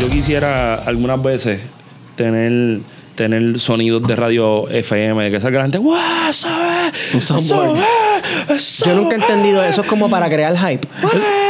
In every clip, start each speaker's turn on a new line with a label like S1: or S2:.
S1: Yo quisiera algunas veces tener, tener sonidos de radio FM que salga la gente. "Guau, sabe,
S2: Un soundboard.
S1: sabe,
S2: Yo
S1: sabe".
S2: nunca he entendido eso. Es como para crear hype.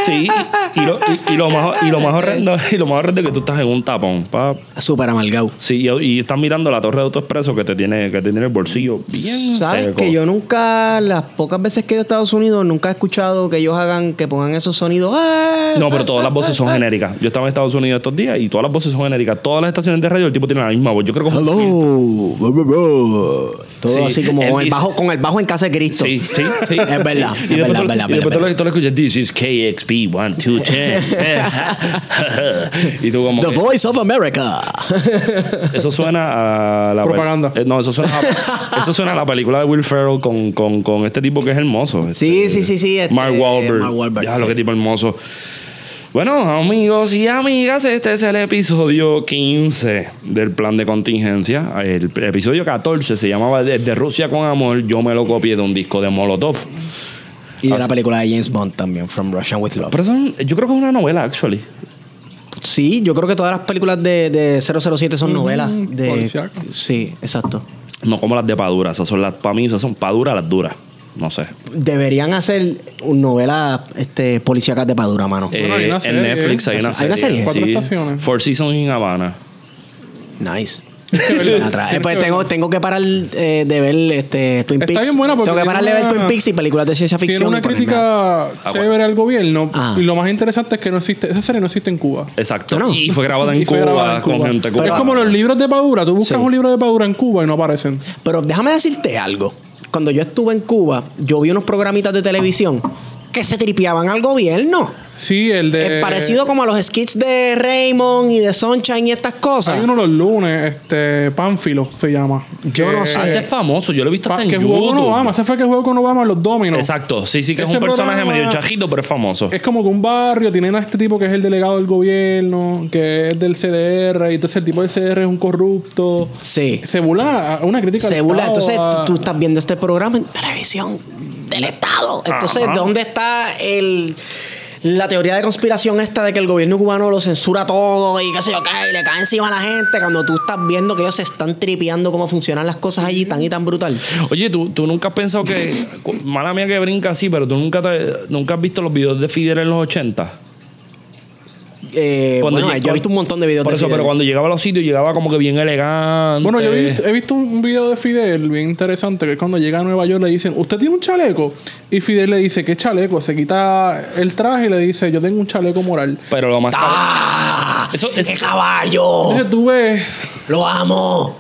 S1: Sí, y lo, y, y lo más, y lo más horrendo y lo más horrendo es que tú estás en un tapón. pa.
S2: Súper amargado.
S1: Sí, y, y estás mirando la torre de autoexpreso que te tiene, que te tiene el bolsillo bien
S2: ¿Sabes
S1: seco.
S2: que yo nunca, las pocas veces que he ido a Estados Unidos, nunca he escuchado que ellos hagan, que pongan esos sonidos? ¡Ah!
S1: No, pero todas las voces son genéricas. Yo estaba en Estados Unidos estos días y todas las voces son genéricas. Todas las estaciones de radio, el tipo tiene la misma voz. Yo creo que es un filtro.
S2: Hello. blah, blah, blah. Todo
S1: Sí.
S2: así como con
S1: And
S2: el,
S1: this-
S2: bajo, con el bajo en casa de Cristo.
S1: Sí, sí, sí.
S2: Es verdad, es
S1: Y después
S2: verdad,
S1: tú-
S2: verdad,
S1: Y después tú lo-
S2: verdad.
S1: tú lo escuchas, this is KXP 1210. y tú como
S2: The
S1: que,
S2: Voice of America.
S1: eso suena a la
S3: Propaganda.
S1: eh, no, eso suena a, eso suena a la película de Will Ferrell con, con, con este tipo que es hermoso.
S2: Sí,
S1: este,
S2: sí, sí, sí, este,
S1: Mark Wahlberg.
S2: Mark Wahlberg,
S1: Ya, lo
S2: sí.
S1: que tipo hermoso. Bueno, amigos y amigas, este es el episodio 15 del plan de contingencia. El episodio 14 se llamaba Desde Rusia con Amor. Yo me lo copié de un disco de Molotov.
S2: Y de la película de James Bond también, From Russian with Love.
S1: Ah, Pero son- yo creo que es una novela, actually.
S2: Sí, yo creo que todas las películas de, de 007 son novelas. De,
S3: policíaca.
S2: Sí, exacto.
S1: No como las de Padura. Esas son las, para mí, esas son Padura las duras. No sé.
S2: Deberían hacer novelas este, policíacas de Padura, mano.
S1: Eh,
S3: hay una
S1: en
S3: serie.
S1: Netflix hay una
S2: Hay
S1: serie.
S2: una serie.
S3: Cuatro
S1: sí.
S3: estaciones.
S1: Four Seasons in Havana.
S2: Nice.
S3: verla.
S2: Atrás. Eh,
S3: Tienes
S2: pues
S3: que
S2: tengo,
S3: verla.
S2: tengo que parar eh, de ver este, Twin
S3: Está
S2: Peaks.
S3: bien buena porque
S2: tengo que parar de
S3: tiene
S2: ver
S3: una-
S2: Twin Peaks y películas de ciencia ficción. Ah.
S3: Tiene una
S2: y ponerme a-
S3: crítica
S1: bueno.
S3: chévere al gobierno.
S2: Ajá.
S3: Y lo más interesante es que no existe, esa serie no existe en Cuba.
S1: Exacto.
S2: No, no.
S1: Y fue grabada en,
S3: Y fue
S1: Cuba,
S3: grabada en
S1: con
S3: Cuba.
S1: gente
S3: Pero
S1: cubana.
S3: es como los libros de Padura. Tú buscas
S2: Ah. Sí.
S3: un libro de Padura en Cuba y no aparecen.
S2: Pero déjame decirte algo. Cuando yo estuve en Cuba, yo vi unos programitas de televisión que se tripeaban al gobierno.
S3: Sí, el de.
S2: Es parecido como a los skits de Raymond y de Sunshine y estas cosas.
S3: eh, Hay uno los lunes, este. Pánfilo se llama.
S2: Yo no sé.
S1: Ah, ese es famoso. Yo lo he visto
S3: Pa-
S1: hasta en
S3: que jugó con
S1: YouTube.
S3: Obama. Ese fue que jugó con Obama en los dominos.
S1: Exacto. Sí, sí, que es
S3: Ese
S1: un personaje
S3: programa- Eh.
S1: medio chajito, pero es famoso.
S3: Es como que un barrio tienen a este tipo que es el delegado del gobierno, que es del CDR, y entonces el tipo del CDR es un corrupto.
S2: Sí.
S3: Se burla a- una crítica. al
S2: Se burla.
S3: Estado,
S2: Entonces
S3: a-
S2: tú estás viendo este programa en televisión del Estado. Entonces,
S1: Ajá.
S2: ¿dónde está el... La teoría de conspiración esta de que el gobierno cubano lo censura todo y qué sé yo qué, y le cae encima a la gente cuando tú estás viendo que ellos se están tripeando cómo funcionan las cosas allí tan y tan brutal.
S1: Oye, ¿tú, tú nunca has pensado que. cu- Mala mía que brinca así, pero tú nunca, te- nunca has visto los videos de Fidel en los 80.
S2: Eh,
S1: Cuando
S2: bueno,
S1: lle-
S2: yo he visto un montón de videos
S1: Por
S2: de
S1: eso,
S2: Fidel.
S1: pero cuando llegaba a los sitios, llegaba como que bien elegante.
S3: Bueno, yo he visto, he visto un video de Fidel bien interesante que es cuando llega a Nueva York le dicen, ¿usted tiene un chaleco? Y Fidel le dice, ¿qué chaleco? Se quita el traje y le dice, yo tengo un chaleco moral.
S1: Pero lo más.
S2: ¡Ah!
S1: Eso- eso-
S2: ¡Qué caballo!
S3: Entonces tú ves,
S2: ¡Lo amo!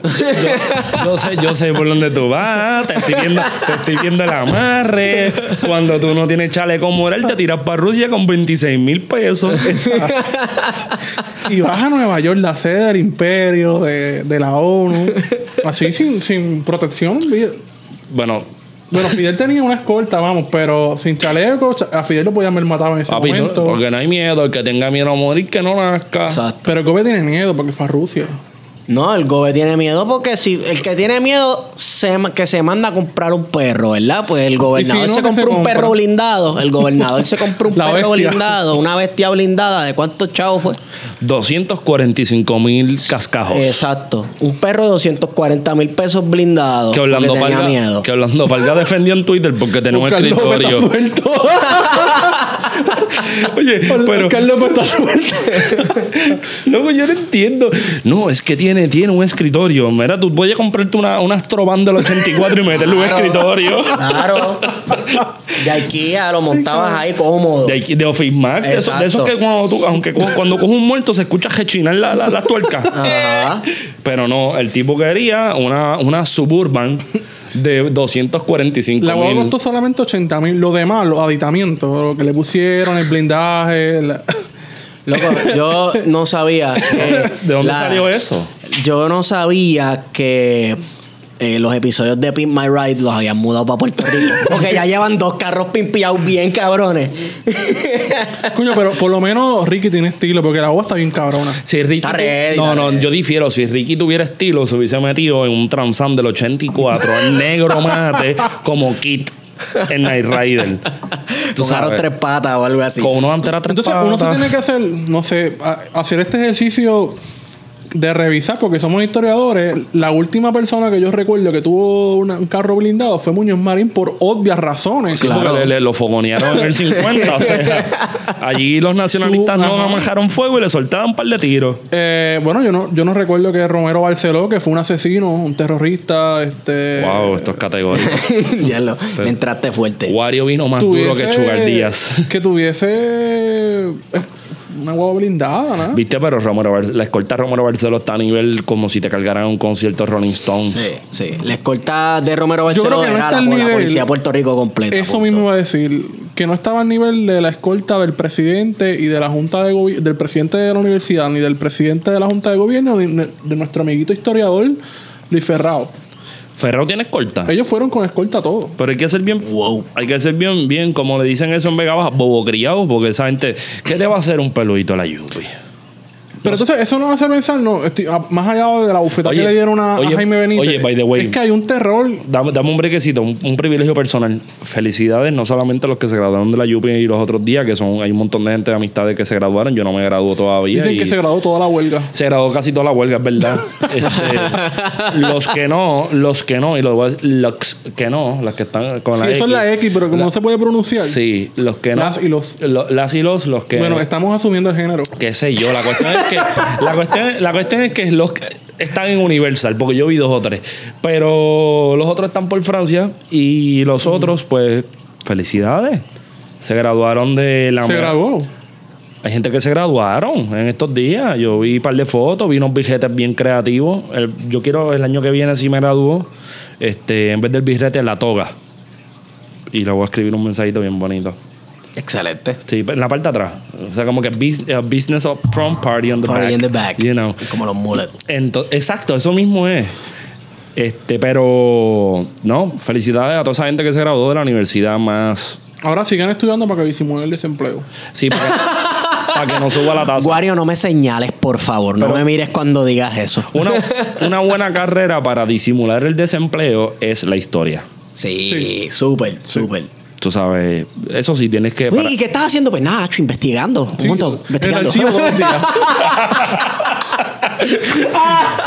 S1: Yo sé, yo sé por dónde tú vas, te estoy viendo, te estoy viendo el amarre. Cuando tú no tienes chaleco moral, te tiras para Rusia con 26 mil pesos.
S3: y vas a Nueva York, la sede del imperio, de, de la ONU, así sin, sin protección.
S1: Bueno,
S3: Bueno, Fidel tenía una escolta, vamos, pero sin chaleco, cha- a Fidel lo podían haber matado en ese
S1: papi, no-
S3: momento.
S1: porque no hay miedo, el que tenga miedo a morir, que no nazca.
S2: Exacto.
S3: Pero Kobe tiene miedo porque fue a Rusia.
S2: No, el gobe tiene miedo porque si el que tiene miedo se, ma- que se manda a comprar un perro, ¿verdad? Pues el gobernador
S3: no,
S2: se
S3: ¿qué
S2: compró
S3: se
S2: un
S3: compra?
S2: perro blindado. El gobernador se compró un
S3: La
S2: perro
S3: bestia.
S2: blindado, una bestia blindada. ¿De cuántos chavos fue?
S1: 245 mil cascajos.
S2: Exacto. Un perro de 240 mil pesos blindado.
S1: Que Orlando,
S2: porque tenía
S1: Valga,
S2: miedo.
S1: que Orlando Valga defendió en Twitter porque tenía un
S3: Oscar López
S1: escritorio.
S3: está suelto.
S1: Oye, pero.
S3: Oscar López está suelto.
S1: Loco, yo no entiendo. No, es que tiene, tiene un escritorio. Mira, tú puedes comprarte una, una Astrovan del 84 y meterle un
S2: Claro.
S1: escritorio.
S2: Claro. De aquí a lo montabas ahí cómodo.
S1: De, ahí- de Office Max, de esos, de esos
S2: Exacto.
S1: que cuando tú, aunque cu- cuando coges un mol, muerto se escucha rechinar la, la, la tuerca.
S4: Ajá.
S1: Pero no, el tipo quería una, una suburban de 245
S3: La
S1: mil.
S3: guagua costó solamente 80 mil. Lo demás, los aditamientos, lo que le pusieron, el blindaje. la-
S4: Loco, yo no sabía. que
S1: ¿De dónde salió eso?
S4: Yo no sabía que eh, los episodios de Pimp My Ride los habían mudado para Puerto Rico. Porque ya llevan dos carros pimpiados bien cabrones.
S3: Coño, pero por lo menos Ricky tiene estilo, porque la guagua está bien cabrona.
S1: Si Ricky
S4: Está ready,
S1: no,
S4: está
S1: no,
S4: ready.
S1: yo difiero. Si Ricky tuviera estilo, se hubiese metido en un Transam del 84, el negro mate, como Kit en Night Rider. Tú
S4: Con aros
S1: sabes,
S4: tres patas o algo así.
S1: Con uno antera tres
S3: Entonces uno se
S1: patas.
S3: tiene que hacer, no sé, a- hacer este ejercicio de revisar, porque somos historiadores. La última persona que yo recuerdo que tuvo una- un carro blindado fue Muñoz Marín por obvias razones.
S1: Sí, porque
S4: Claro.
S1: le- le- lo fogonearon en el 50. o sea, allí los nacionalistas
S3: Tú,
S1: no
S3: ajá.
S1: amajaron fuego y le soltaban un par de tiros.
S3: Eh, bueno, yo no, yo no recuerdo que Romero Barceló, que fue un asesino, un terrorista,
S4: Eh.
S3: este...
S1: wow, esto es categórico.
S4: ya lo, le entraste fuerte.
S1: Wario vino más duro que Chugar Díaz.
S3: Que tuviese eh, una guagua blindada, ¿no?
S1: Viste, pero Romero Bar- la escolta Romero Barceló está a nivel como si te cargaran a un concierto de Rolling Stones.
S4: Sí, sí. La escolta de Romero
S3: Yo creo
S4: Barceló
S3: que no
S4: era
S3: está
S4: la,
S3: al
S4: la
S3: nivel.
S4: policía de Puerto Rico completa.
S3: Eso
S4: punto.
S3: mismo iba a decir, que no estaba al nivel de la escolta del presidente y de la Junta de Gobi- del presidente de la universidad, ni del presidente de la Junta de Gobierno, ni ni de nuestro amiguito historiador Luis Ferrao.
S1: Ferrero tiene escolta.
S3: Ellos fueron con escolta todo.
S1: Pero hay que ser bien.
S4: Wow.
S1: Hay que ser bien, bien, como le dicen eso en Vega Baja, bobo criado, porque esa gente. ¿Qué le va a hacer un peludito a la lluvia?
S3: Pero entonces eso nos hace pensar, no, estoy- a- más allá de la bufeta
S1: Oye,
S3: que le dieron a, a
S1: oye,
S3: Jaime Benítez,
S1: oye, by the way.
S3: es que hay un terror.
S1: Dame, dame un brequecito, un, un privilegio personal. Felicidades no solamente a los que se graduaron de la Yupi y los otros días, que son hay un montón de gente de amistades que se graduaron. Yo no me graduo todavía.
S3: Dicen
S1: y
S3: que se graduó toda la huelga.
S1: se graduó casi toda la huelga, es verdad. Este, los que no, los que no, y lo voy a decir, los que no, los que están con
S3: Sí,
S1: la
S3: eso es la X, pero como no se puede pronunciar.
S1: Sí, los que no.
S3: Las y los.
S1: Lo- las y los, los que
S3: Bueno, estamos asumiendo el género.
S1: qué sé yo. La cuestión es que la cuestión, la cuestión es que los que están en Universal, porque yo vi dos o tres, pero los otros están por Francia y los otros, pues, felicidades. Se graduaron de la
S3: Se graduó.
S1: Hay gente que se graduaron en estos días. Yo vi un par de fotos, vi unos billetes bien creativos. El- yo quiero el año que viene, si me gradúo, este, en vez del billete, la toga. Y le voy a escribir un mensajito bien bonito.
S4: Excelente.
S1: Sí, en la parte de atrás. O sea, como que bus- eh, business of Trump party on the
S4: Party
S1: back.
S4: in the back.
S1: You know.
S4: Como los mulet.
S1: Ento- exacto, eso mismo es. Este, pero no, felicidades a toda esa gente que se graduó de la universidad más.
S3: Ahora sigan estudiando para que disimulen el desempleo.
S1: Sí, para, que- para que no suba la tasa.
S4: Wario, no me señales, por favor. No me mires cuando digas eso.
S1: Una, una buena carrera para disimular el desempleo es la historia.
S4: Sí, súper, súper.
S1: Tú sabes, eso sí tienes que.
S4: Uy,
S1: para-
S4: ¿Y qué estás haciendo? Pues nada, Nacho, investigando. Un
S3: Sí,
S4: montón,
S3: el
S4: investigando.
S3: archivo todos los días.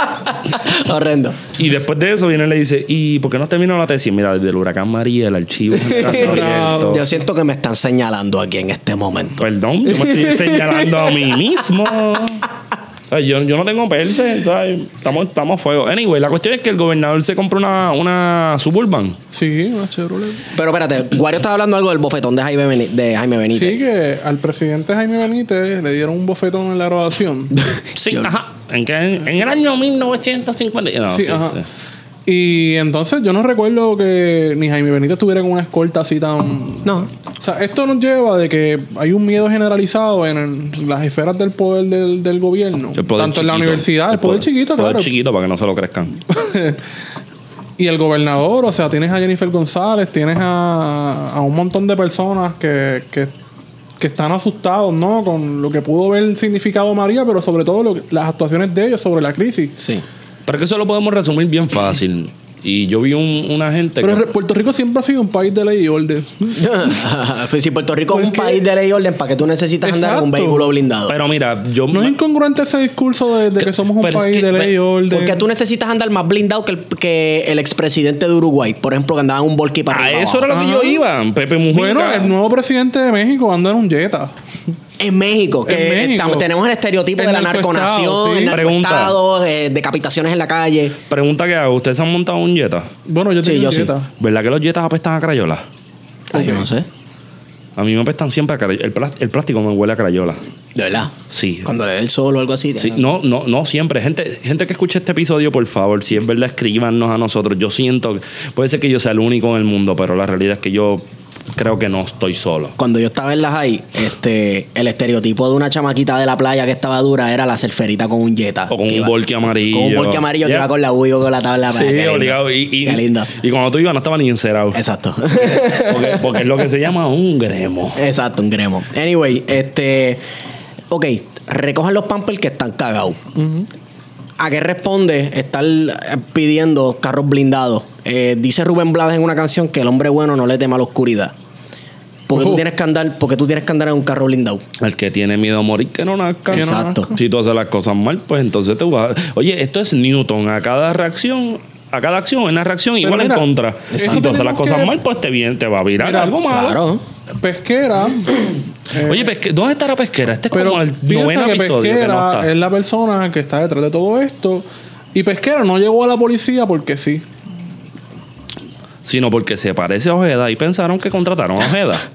S4: Horrendo.
S1: Y después de eso viene y le dice, ¿y por qué no has terminado la tesis? Mira, desde el huracán María, el archivo. general está abierto.
S4: Yo siento que me están señalando aquí en este momento.
S1: Perdón, yo me estoy señalando a mí mismo. Ay, Yo, yo no tengo perse, ¿sabes? estamos, estamos a fuego. Anyway, la cuestión es que el gobernador se compró una, una suburban.
S3: Sí, una Chevrolet.
S4: Pero espérate, Wario estaba hablando algo del bofetón de Jaime, Beni- de Jaime Benítez.
S3: Sí, que al presidente Jaime Benítez le dieron un bofetón en la graduación.
S1: Sí, ajá. ¿En, qué? en el año 1950. No,
S3: sí,
S1: sí,
S3: ajá.
S1: sí.
S3: Y entonces yo no recuerdo que ni Jaime Benítez tuviera con una escolta así tan...
S4: No.
S3: O sea, esto nos lleva de que hay un miedo generalizado en, el- las esferas del poder del, del gobierno.
S1: El poder
S3: tanto en la
S1: chiquito.
S3: universidad, el, poder, chiquito,
S1: El poder
S3: claro.
S1: chiquito para que no se lo crezcan.
S3: y el gobernador, o sea, tienes a Jennifer González, tienes a, a un montón de personas que, que, que están asustados, ¿no? Con lo que pudo ver el significado María, pero sobre todo lo que- las actuaciones de ellos sobre la crisis.
S4: Sí.
S1: Pero que eso lo podemos resumir bien fácil. Y yo vi un, una gente.
S3: Pero
S1: que-
S3: re- Puerto Rico siempre ha sido un país de ley y orden.
S4: Pues si Puerto Rico es un
S3: Porque-
S4: país de ley y orden, ¿para qué tú necesitas andar con un
S3: Exacto.
S4: vehículo blindado?
S1: pero mira, yo.
S3: No es incongruente ese discurso de, de que somos un
S1: pero es
S3: país
S1: que-
S3: de ley y
S1: pero-
S3: orden.
S4: Porque tú necesitas andar más blindado que el, que el expresidente de Uruguay, por ejemplo, que andaba en un volky
S3: Ah,
S4: para
S1: a
S4: arriba,
S1: eso
S4: abajo.
S1: era lo que yo iba, Pepe Mujica.
S3: bueno, el nuevo presidente de México anda en un Jetta.
S4: En México, que
S3: En México.
S4: tam- tenemos el estereotipo
S3: El
S4: de la
S3: narcoestado,
S4: narconación,
S3: sí.
S4: el
S1: Pregunta.
S4: narcoestado, eh, decapitaciones en la calle.
S1: Pregunta que hago: ¿Ustedes se han montado un Jetta?
S3: Bueno, yo
S4: Sí,
S3: tengo
S4: yo
S3: un
S4: sí.
S3: Jetta.
S1: ¿Verdad que los Jetas apestan a Crayola?
S4: Ay, yo no sé.
S1: A mí me apestan siempre a Crayola. El, plas- el plástico me huele a Crayola.
S4: De verdad.
S1: Sí.
S4: Cuando le dé el sol o algo así.
S1: Sí,
S4: tiene-
S1: no, no, no, siempre. Gente, gente que escuche este episodio, por favor, si es verdad, escríbanos a nosotros. Yo siento, puede ser que yo sea el único en el mundo, pero la realidad es que yo creo que no estoy solo.
S4: Cuando yo estaba en la high, este, el estereotipo de una chamaquita de la playa que estaba dura era la surferita con un jeta.
S1: O con
S4: que
S1: un
S4: iba-
S1: volque amarillo.
S4: Con un volque amarillo
S1: Yeah.
S4: que iba con la Wii o con la tabla.
S1: Sí,
S4: Qué lindo.
S1: obligado. Y, y-
S4: Qué lindo.
S1: y cuando tú ibas, no estaba ni encerado.
S4: Exacto.
S1: Porque, porque es lo que se llama un gremo.
S4: Exacto, un gremo. Anyway, este. Ok, recojan los pampers que están cagados. ¿A qué responde estar eh, pidiendo carros blindados? Eh, dice Rubén Blades en una canción que el hombre bueno no le tema la oscuridad. Porque tú
S1: Oh.
S3: Ujú.
S4: tienes que andar, porque tú tienes que andar en un carro blindado.
S1: El que tiene miedo a morir, que no nazca.
S3: Que no
S4: Exacto.
S1: Si tú haces las cosas mal, pues entonces te vas. a- Oye, esto es Newton. A cada reacción, a cada acción, una reacción
S3: Pero
S1: igual
S3: mira,
S1: en contra.
S3: eso
S1: Si tú haces las
S3: tenemos
S1: cosas
S3: que-
S1: mal, pues te, viene, te va a virar
S3: Mira,
S1: algo malo.
S4: Claro.
S3: Pesquera. eh,
S1: Oye, pesque- ¿dónde estará Pesquera? Este es como
S3: pero
S1: el
S3: piensa
S1: noveno
S3: que
S1: episodio que no
S3: Pesquera
S1: está.
S3: es la persona que está detrás de todo esto. Y Pesquera no llegó a la policía porque sí.
S1: Sino porque se parece a Ojeda y pensaron que contrataron a Ojeda.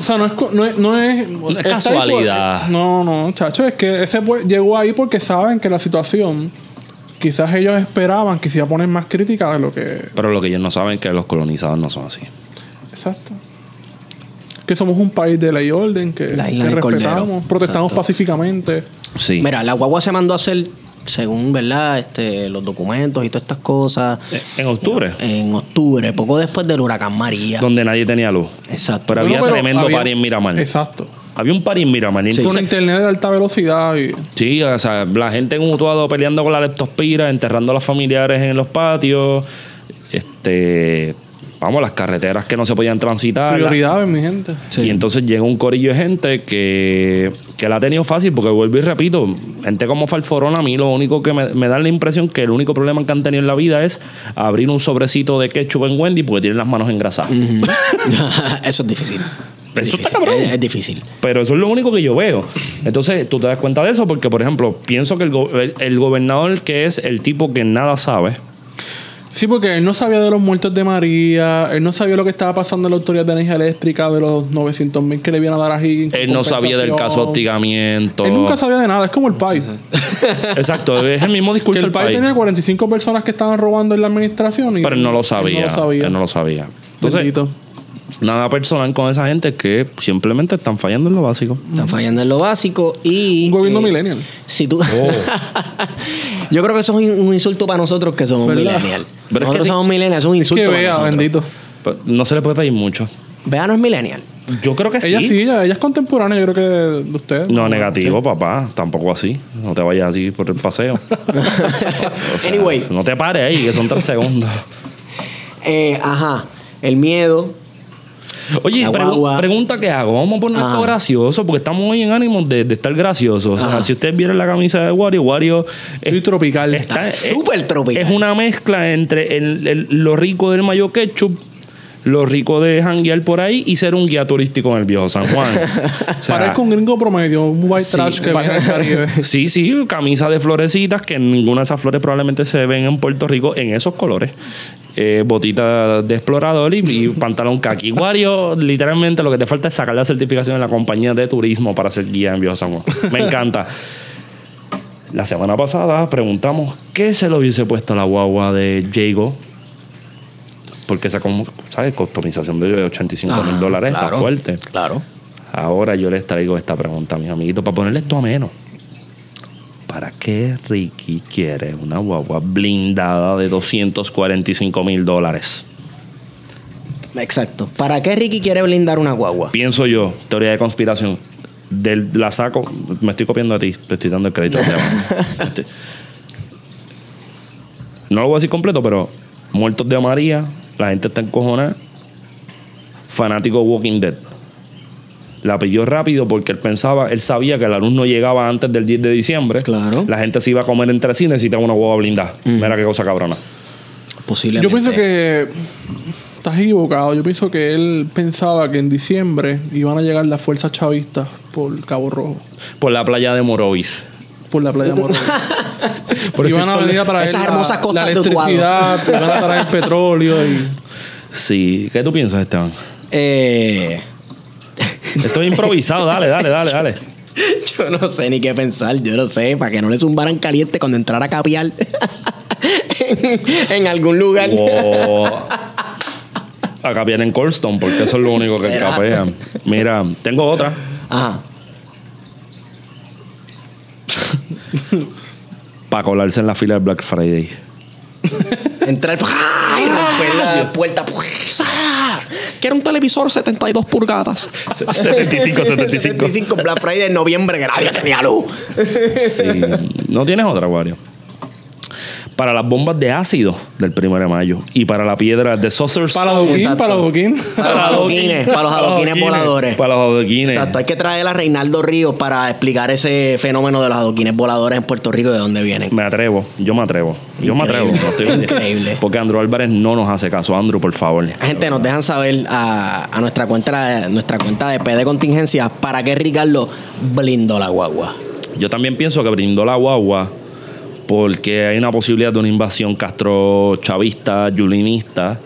S3: O sea, no es. co- No es, no
S1: es
S3: es, está ahí por-
S1: casualidad.
S3: no, no, chacho. Es que ese pues llegó ahí porque saben que la situación. Quizás ellos esperaban que se iba a poner más crítica de lo que.
S1: Pero lo que ellos no saben es que los colonizados no son así.
S3: Exacto. Que somos un país de ley y orden, que,
S4: La isla
S3: que
S4: del Cordero.
S3: respetamos, protestamos pacíficamente.
S1: Sí.
S4: Mira, la guagua se mandó a hacer, según verdad, este, los documentos y todas estas cosas,
S1: Eh, En octubre,
S4: en octubre, poco después del huracán María.
S1: donde nadie tenía luz.
S4: Exacto.
S1: Pero había
S3: Bueno, pero
S1: tremendo
S3: había-
S1: party en Miramar.
S3: Exacto.
S1: Había un party en Miramar. Y
S4: Sí.
S3: Con
S1: entonces-
S3: internet de alta velocidad y.
S1: Sí, o sea, la gente en Utuado peleando con la leptospira, enterrando a los familiares en los patios, este, vamos, las carreteras que no se podían transitar. la-
S3: Prioridades, mi gente.
S1: Y entonces llega un corillo de gente que, que la ha tenido fácil, porque vuelvo y repito, gente como Falforón a mí lo único que me, me da la impresión que el único problema que han tenido en la vida es abrir un sobrecito de ketchup en Wendy porque tienen las manos engrasadas.
S4: Eso es difícil.
S1: Eso
S4: Es
S1: está
S4: difícil.
S1: cabrón.
S4: Es, es difícil.
S1: Pero eso es lo único que yo veo. Entonces, tú te das cuenta de eso porque, por ejemplo, pienso que el, go- el- el gobernador que es el tipo que nada sabe,
S3: Sí, porque él no sabía de los muertos de María, él no sabía lo que estaba pasando en la Autoridad de Energía Eléctrica, de los 900 mil que le iban a dar a Higgins.
S1: él no sabía del caso de
S3: Tiga.
S1: hostigamiento.
S3: Él nunca sabía de nada, es como el PAI.
S1: Exacto, es el mismo
S3: Que
S1: discurso
S3: el
S1: del
S3: PAI
S1: país.
S3: tenía 45 personas que estaban robando en la administración. Y
S1: Pero él no lo
S3: Él
S1: sabía.
S3: no lo sabía.
S1: Él no lo sabía. Entonces,
S3: Bendito.
S1: nada personal con esa gente que simplemente están fallando en lo básico.
S4: Están fallando en lo básico y.
S3: Un gobierno
S4: eh,
S3: millennial.
S4: Si tú.
S1: Oh.
S4: Yo creo que eso es un- un insulto para nosotros que somos
S3: ¿Verdad?
S4: millennial.
S1: Pero es
S4: nosotros
S1: que-
S4: somos millennial, es un insulto
S3: Que
S4: para
S3: vea,
S4: nosotros.
S3: bendito.
S1: Pero No se le puede pedir mucho.
S4: Vea no es millennial.
S1: Yo creo que
S3: Ella sí, ella, ella es contemporánea, yo creo que de de usted.
S1: No, negativo, papá. Tampoco así. No te vayas así por el paseo. O sea,
S4: anyway,
S1: No te pares ahí, que son tres segundos.
S4: eh, ajá. El miedo.
S1: Oye,
S4: La
S1: pregu-
S4: guagua.
S1: pregunta que hago. Vamos a poner algo
S4: Ajá.
S1: gracioso, porque estamos hoy en ánimo de, de estar graciosos. O sea,
S4: Ajá.
S1: si ustedes vieron la camisa de Wario, Wario es-
S3: Y tropical.
S1: está-
S4: Está súper tropical.
S1: Es una mezcla entre el- el- lo rico del mayo ketchup, lo rico de janguear por ahí y ser un guía turístico en el viejo San Juan. O sea,
S3: Parezco un gringo promedio, un white
S1: Sí,
S3: trash que
S1: pa-
S3: viene del Caribe.
S1: Sí, sí, camisa de florecitas, que ninguna de esas flores probablemente se ven en Puerto Rico en esos colores. Eh, botita de explorador y, y pantalón caqui. Wario, literalmente lo que te falta es sacar la certificación de la compañía de turismo para ser guía en Viejo San Juan. Me encanta. La semana pasada preguntamos qué se le hubiese puesto a la guagua de Jago. Porque esa como- ¿sabes? customización de 85 mil
S4: Ajá,
S1: dólares
S4: claro,
S1: está fuerte.
S4: Claro.
S1: Ahora yo les traigo esta pregunta a mis amiguitos para ponerles esto a menos. ¿Para qué Ricky quiere una guagua blindada de 245 mil dólares?
S4: Exacto. ¿Para qué Ricky quiere blindar una guagua?
S1: Pienso yo, teoría de conspiración. Del, la saco, me estoy copiando a ti, te estoy dando el crédito. te amo. Este- no lo voy a decir completo, pero muertos de María, la gente está encojonada. Fanático de Walking Dead. La pilló rápido porque él pensaba, él sabía que la luz no llegaba antes del 10 de diciembre.
S4: Claro.
S1: La gente se iba a comer entre sí, necesitaba una hueva blindada. Mira qué cosa cabrona.
S4: Posiblemente.
S3: Yo pienso que estás equivocado. Yo pienso que él pensaba que en diciembre iban a llegar las fuerzas chavistas por Cabo Rojo,
S1: Por la playa de Morovis.
S3: por la playa Morona.
S1: Por
S3: iban
S1: cierto,
S3: a venir a traer
S4: Esas
S3: la-
S4: hermosas
S3: la,
S4: costas de Utuado.
S3: electricidad, iban a traer petróleo y
S1: Sí, ¿qué tú piensas, Esteban?
S4: Eh,
S1: Estoy improvisado, dale, dale, dale, dale.
S4: Yo no sé ni qué pensar, yo no sé, para que no le zumbaran caliente cuando entrara a capiar en, en algún lugar.
S1: O a capear en Colston, porque eso es lo único que
S4: ¿Será?
S1: capea. Mira, tengo otra.
S4: Ajá.
S1: Para colarse en la fila de Black Friday.
S4: Entrar ¡ah! y romper la puerta. ¡ah! Que era un televisor 72 pulgadas.
S1: 75, 75.
S4: 75 Black Friday de noviembre, que nadie tenía luz.
S1: Sí. No tienes otra, Wario. Para las bombas de ácido del 1 de mayo y para la piedra de Saucers.
S3: Para los adoquín,
S4: Exacto.
S3: para los adoquín.
S4: Para los adoquines, para los adoquines voladores.
S1: Para los adoquines.
S4: Exacto, hay que traer a Reinaldo Ríos para explicar ese fenómeno de los adoquines voladores en Puerto Rico y de dónde vienen.
S1: Me atrevo, yo me atrevo. Yo me atrevo.
S4: Increíble,
S1: no estoy mintiendo.
S4: increíble.
S1: Porque Andrew Álvarez no nos hace caso. Andrew, por favor.
S4: La gente nos dejan saber a, a nuestra cuenta nuestra cuenta de PD Contingencia para que Ricardo blindó la guagua.
S1: Yo también pienso que brindó la guagua porque hay una posibilidad de una invasión castrochavista, yulinista,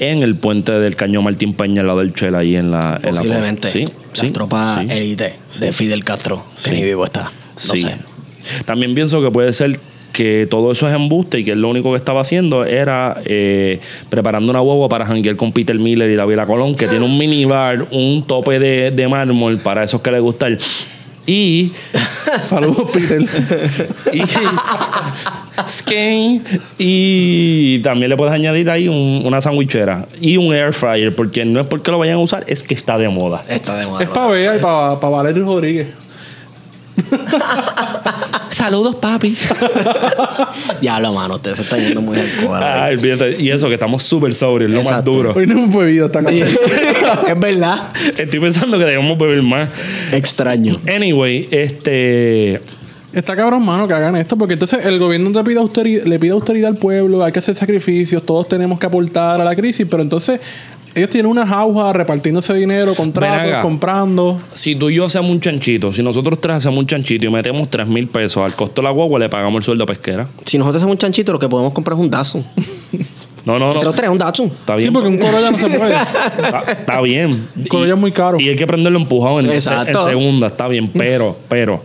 S1: en el puente del Cañón Martín Peña, al lado del Chela, ahí en la... en la-
S4: Posiblemente.
S1: sí,
S4: Las
S1: sí,
S4: tropas
S1: sí.
S4: élite de Fidel Castro, que
S1: Sí.
S4: ni vivo está. No
S1: Sí.
S4: sé.
S1: También pienso que puede ser que todo eso es embuste y que él lo único que estaba haciendo era eh, preparando una huevo para janguear con Peter Miller y David Colón, que tiene un minibar, un tope de, de mármol para esos que les gusta el... Y...
S3: Saludos, Peter.
S1: y Skin. y también le puedes añadir ahí un- una sandwichera y un air fryer porque no es porque lo vayan a usar es que está de moda
S4: Está de moda.
S3: Es para Bea y para, para Valerio Rodríguez.
S1: saludos papi
S4: Ya lo mano, ustedes se están yendo muy al cuadro.
S1: Ah, y eso que estamos súper sobrios lo más
S4: Exacto.
S1: duro
S3: Hoy no hemos bebido esta casa.
S4: es verdad.
S1: estoy pensando que debemos beber más
S4: Extraño.
S1: anyway este
S3: Está cabrón, mano, que hagan esto, porque entonces el gobierno te pide austeri- le pide austeridad al pueblo, hay que hacer sacrificios, todos tenemos que aportar a la crisis, pero entonces ellos tienen unas aujas repartiéndose dinero,
S1: Ven acá.
S3: contratos, comprando.
S1: si tú y yo hacemos un chanchito si nosotros tres hacemos un chanchito y metemos tres mil pesos al costo de la guagua le pagamos el sueldo a pesquera
S4: Si nosotros hacemos un chanchito, lo que podemos comprar es un Datsun.
S1: no no
S4: Entre
S1: no
S4: los tres, un Datsun.
S1: está
S3: Sí,
S1: bien
S3: porque un Corolla no se puede.
S1: Está, está bien. Y-
S3: Corolla es muy caro.
S1: Y hay que prenderlo empujado en, en
S4: Exacto.
S1: segunda, está bien. Pero, pero,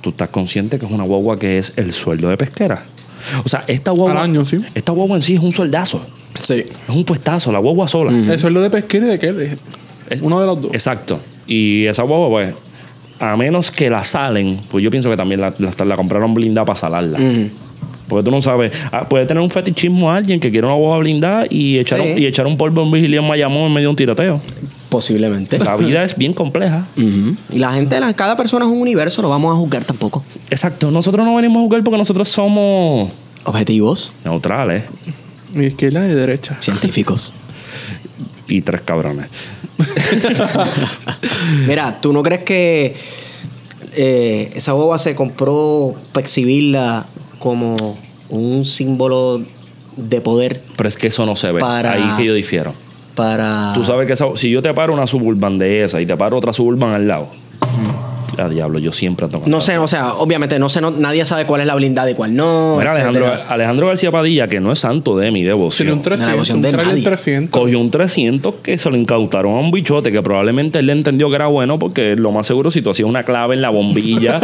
S1: tú estás consciente que es una guagua que es el sueldo de pesquera. O sea, esta guagua.
S3: Al año, sí.
S1: Esta guagua en sí es un soldazo.
S4: Sí.
S1: Es un puestazo, la guagua sola.
S3: El sueldo de pesquera y de qué?
S1: Es-
S3: Uno de los dos.
S1: Exacto. Y esa guagua, pues, a menos que la salen, pues yo pienso que también la, la- la compraron blindada para salarla.
S3: Mm.
S1: Porque tú no sabes, Ah, puede tener un fetichismo a alguien que quiere una guagua blindada y echar, un,
S4: Sí.
S1: y echar un polvo en vigilia en Mayamón en medio de un tiroteo.
S4: Posiblemente.
S1: La vida es bien compleja.
S4: Ujú. Y la gente, la- cada persona es un universo, no vamos a juzgar tampoco.
S1: Exacto, nosotros no venimos a jugar porque nosotros somos
S4: Objetivos
S1: neutrales
S3: Ni izquierda ni derecha.
S4: científicos.
S1: y tres cabrones.
S4: Mira, ¿tú no crees que eh, esa boba se compró para exhibirla como un símbolo de poder
S1: Pero es que eso no se ve.
S4: Para-
S1: Ahí es que yo difiero.
S4: para.
S1: Tú sabes que esa- si yo te paro una suburban de esa y te paro otra suburban al lado,
S3: Mm.
S1: a diablo, yo siempre tengo.
S4: No sé, o sea, obviamente no sé, no- nadie sabe cuál es la blindada y cuál no.
S1: Mira, Alejandro,
S4: etcétera.
S1: Alejandro García Padilla, que no es santo de mi
S3: Sería un
S1: devoción,
S3: 300,
S4: devoción
S3: un
S4: de
S3: trailer
S4: nadie.
S3: 300.
S1: cogió un 300 que se lo incautaron a un bichote que probablemente él le entendió que era bueno porque lo más seguro, si tú hacías una clave en la bombilla,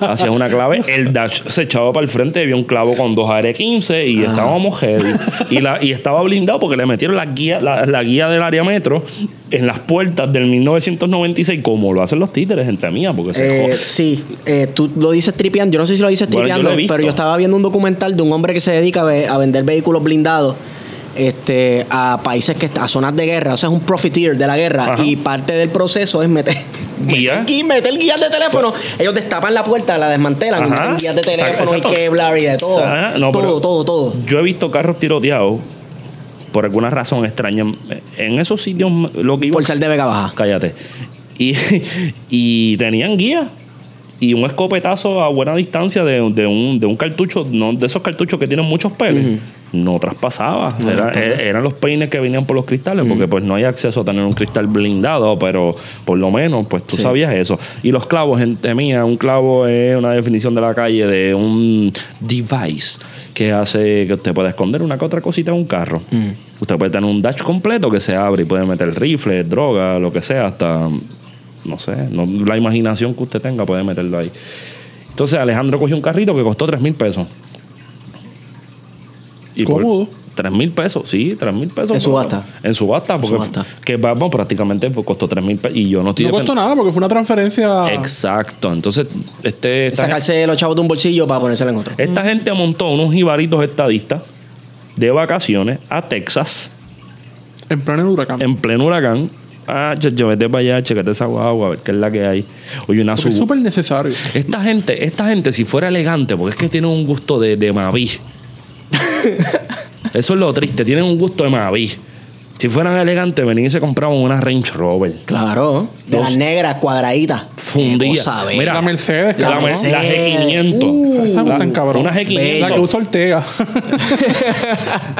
S1: hacías una clave, el dash se echaba para el frente, había un clavo con dos AR-15 y estábamos heavy. Y, la, y estaba blindado porque le metieron la guía, la, la guía del área metro en las puertas del 1996, como lo hacen los títeres, gente mía, porque se
S4: Eh,
S1: jode.
S4: sí, eh, tú lo dices tripeando. Yo no sé si lo dices
S1: Bueno, yo
S4: tripeando,
S1: lo he visto.
S4: pero yo estaba viendo un documental de un hombre que se dedica a, ve- a vender vehículos blindados este, a países que est- a zonas de guerra. O sea, es un profiteer de la guerra.
S1: Ajá.
S4: Y parte del proceso es meter
S1: Guía. Pues.
S4: meter gui- meter guías de teléfono. Ellos destapan la puerta, la desmantelan, y
S1: Ajá.
S4: meten guías de
S1: Exacto,
S4: teléfono
S1: exacto.
S4: y Kevlar y de todo.
S1: Ah, no,
S4: todo,
S1: pero-
S4: todo, todo.
S1: Yo he visto carros tiroteados por alguna razón extraña. En esos sitios lo que iba
S4: Por ser de Vega Baja.
S1: cállate. Y, y tenían guía y un escopetazo a buena distancia de, de un, de un cartucho, no, de esos cartuchos que tienen muchos peles, no traspasaba. Era- er- eran los peines que venían por los cristales, porque pues no hay acceso a tener un cristal blindado, pero por lo menos pues tú sabías eso. Y los clavos, gente mía, un clavo es una definición de la calle de un device que hace que usted pueda esconder una que otra cosita en un carro.
S4: Mm.
S1: Usted puede tener un dash completo que se abre y puede meter rifle, droga, lo que sea, hasta No sé, no- la imaginación que usted tenga puede meterlo ahí. Entonces Alejandro cogió un carrito que costó 3 mil pesos.
S3: Cómodo.
S1: 3 mil pesos, sí, 3 mil pesos.
S4: En
S1: Pero-
S4: subasta.
S1: En subasta, porque
S4: subasta.
S1: que Batman prácticamente pues, costó 3 mil pesos. Y yo no estoy
S3: No costó
S1: defend-
S3: nada porque fue una transferencia.
S1: Exacto. Entonces, este. esta gente-
S4: Sacarse los chavos de un bolsillo para ponérselo en otro.
S1: esta gente montó unos jibaritos estadistas de vacaciones a Texas
S3: En pleno huracán.
S1: en pleno huracán. Ah, yo, yo, vete para allá, chequete esa guagua, a ver qué es la que hay. Oye, una
S3: Porque es
S1: sub...
S3: súper necesario.
S1: Esta gente, esta gente, si fuera elegante, porque es que tienen un gusto de, de Mavi. Eso es lo triste, tienen un gusto de Mavi. Si fueran elegantes, venían y se compraban una Range Rover.
S4: Claro. De
S1: Dos.
S4: las negras, cuadraditas.
S1: Fundía.
S4: Eh, Vos sabés.
S1: Mira,
S3: La Mercedes,
S1: La,
S4: La
S1: Mer-
S4: Mercedes.
S1: la G500.
S4: Uh,
S3: Esa no es tan cabrón.
S1: Una G500.
S3: La que usa Ortega.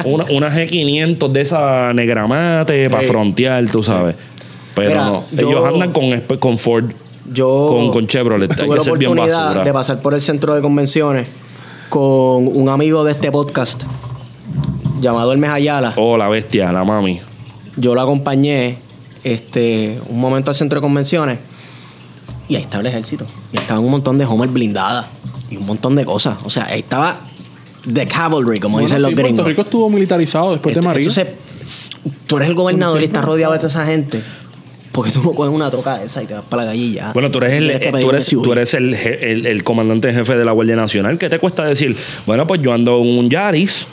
S1: una, una G500 de esa negramate para
S4: Sí.
S1: frontear, tú sabes. Pero
S4: Mira,
S1: no,
S4: yo-
S1: ellos andan con, espe- con Ford.
S4: Yo
S1: Con- con Chevrolet, hay
S4: tuve
S1: que
S4: la
S1: ser bien
S4: oportunidad
S1: basura.
S4: de pasar por el centro de convenciones con un amigo de este podcast llamado Hermes Ayala.
S1: Oh, la bestia, la mami.
S4: Yo lo acompañé este, un momento al centro de convenciones y ahí estaba el ejército. Y estaban un montón de Homer blindadas y un montón de cosas. O sea, ahí estaba The Cavalry, como
S3: Bueno,
S4: dicen los
S3: sí,
S4: gringos.
S3: Puerto Rico estuvo militarizado después de
S4: Este-
S3: María.
S4: Entonces, s- tú eres el gobernador y estás rodeado de toda esa gente. Porque tú no coges una troca de esa y te vas para la gallilla.
S1: Bueno, tú eres, el,
S4: Tienes que
S1: eh,
S4: pedir
S1: tú
S4: un
S1: eres,
S4: SUV.
S1: tú eres el, je- el- el comandante en jefe de la Guardia Nacional. ¿Qué te cuesta decir? Bueno, pues yo ando en un Yaris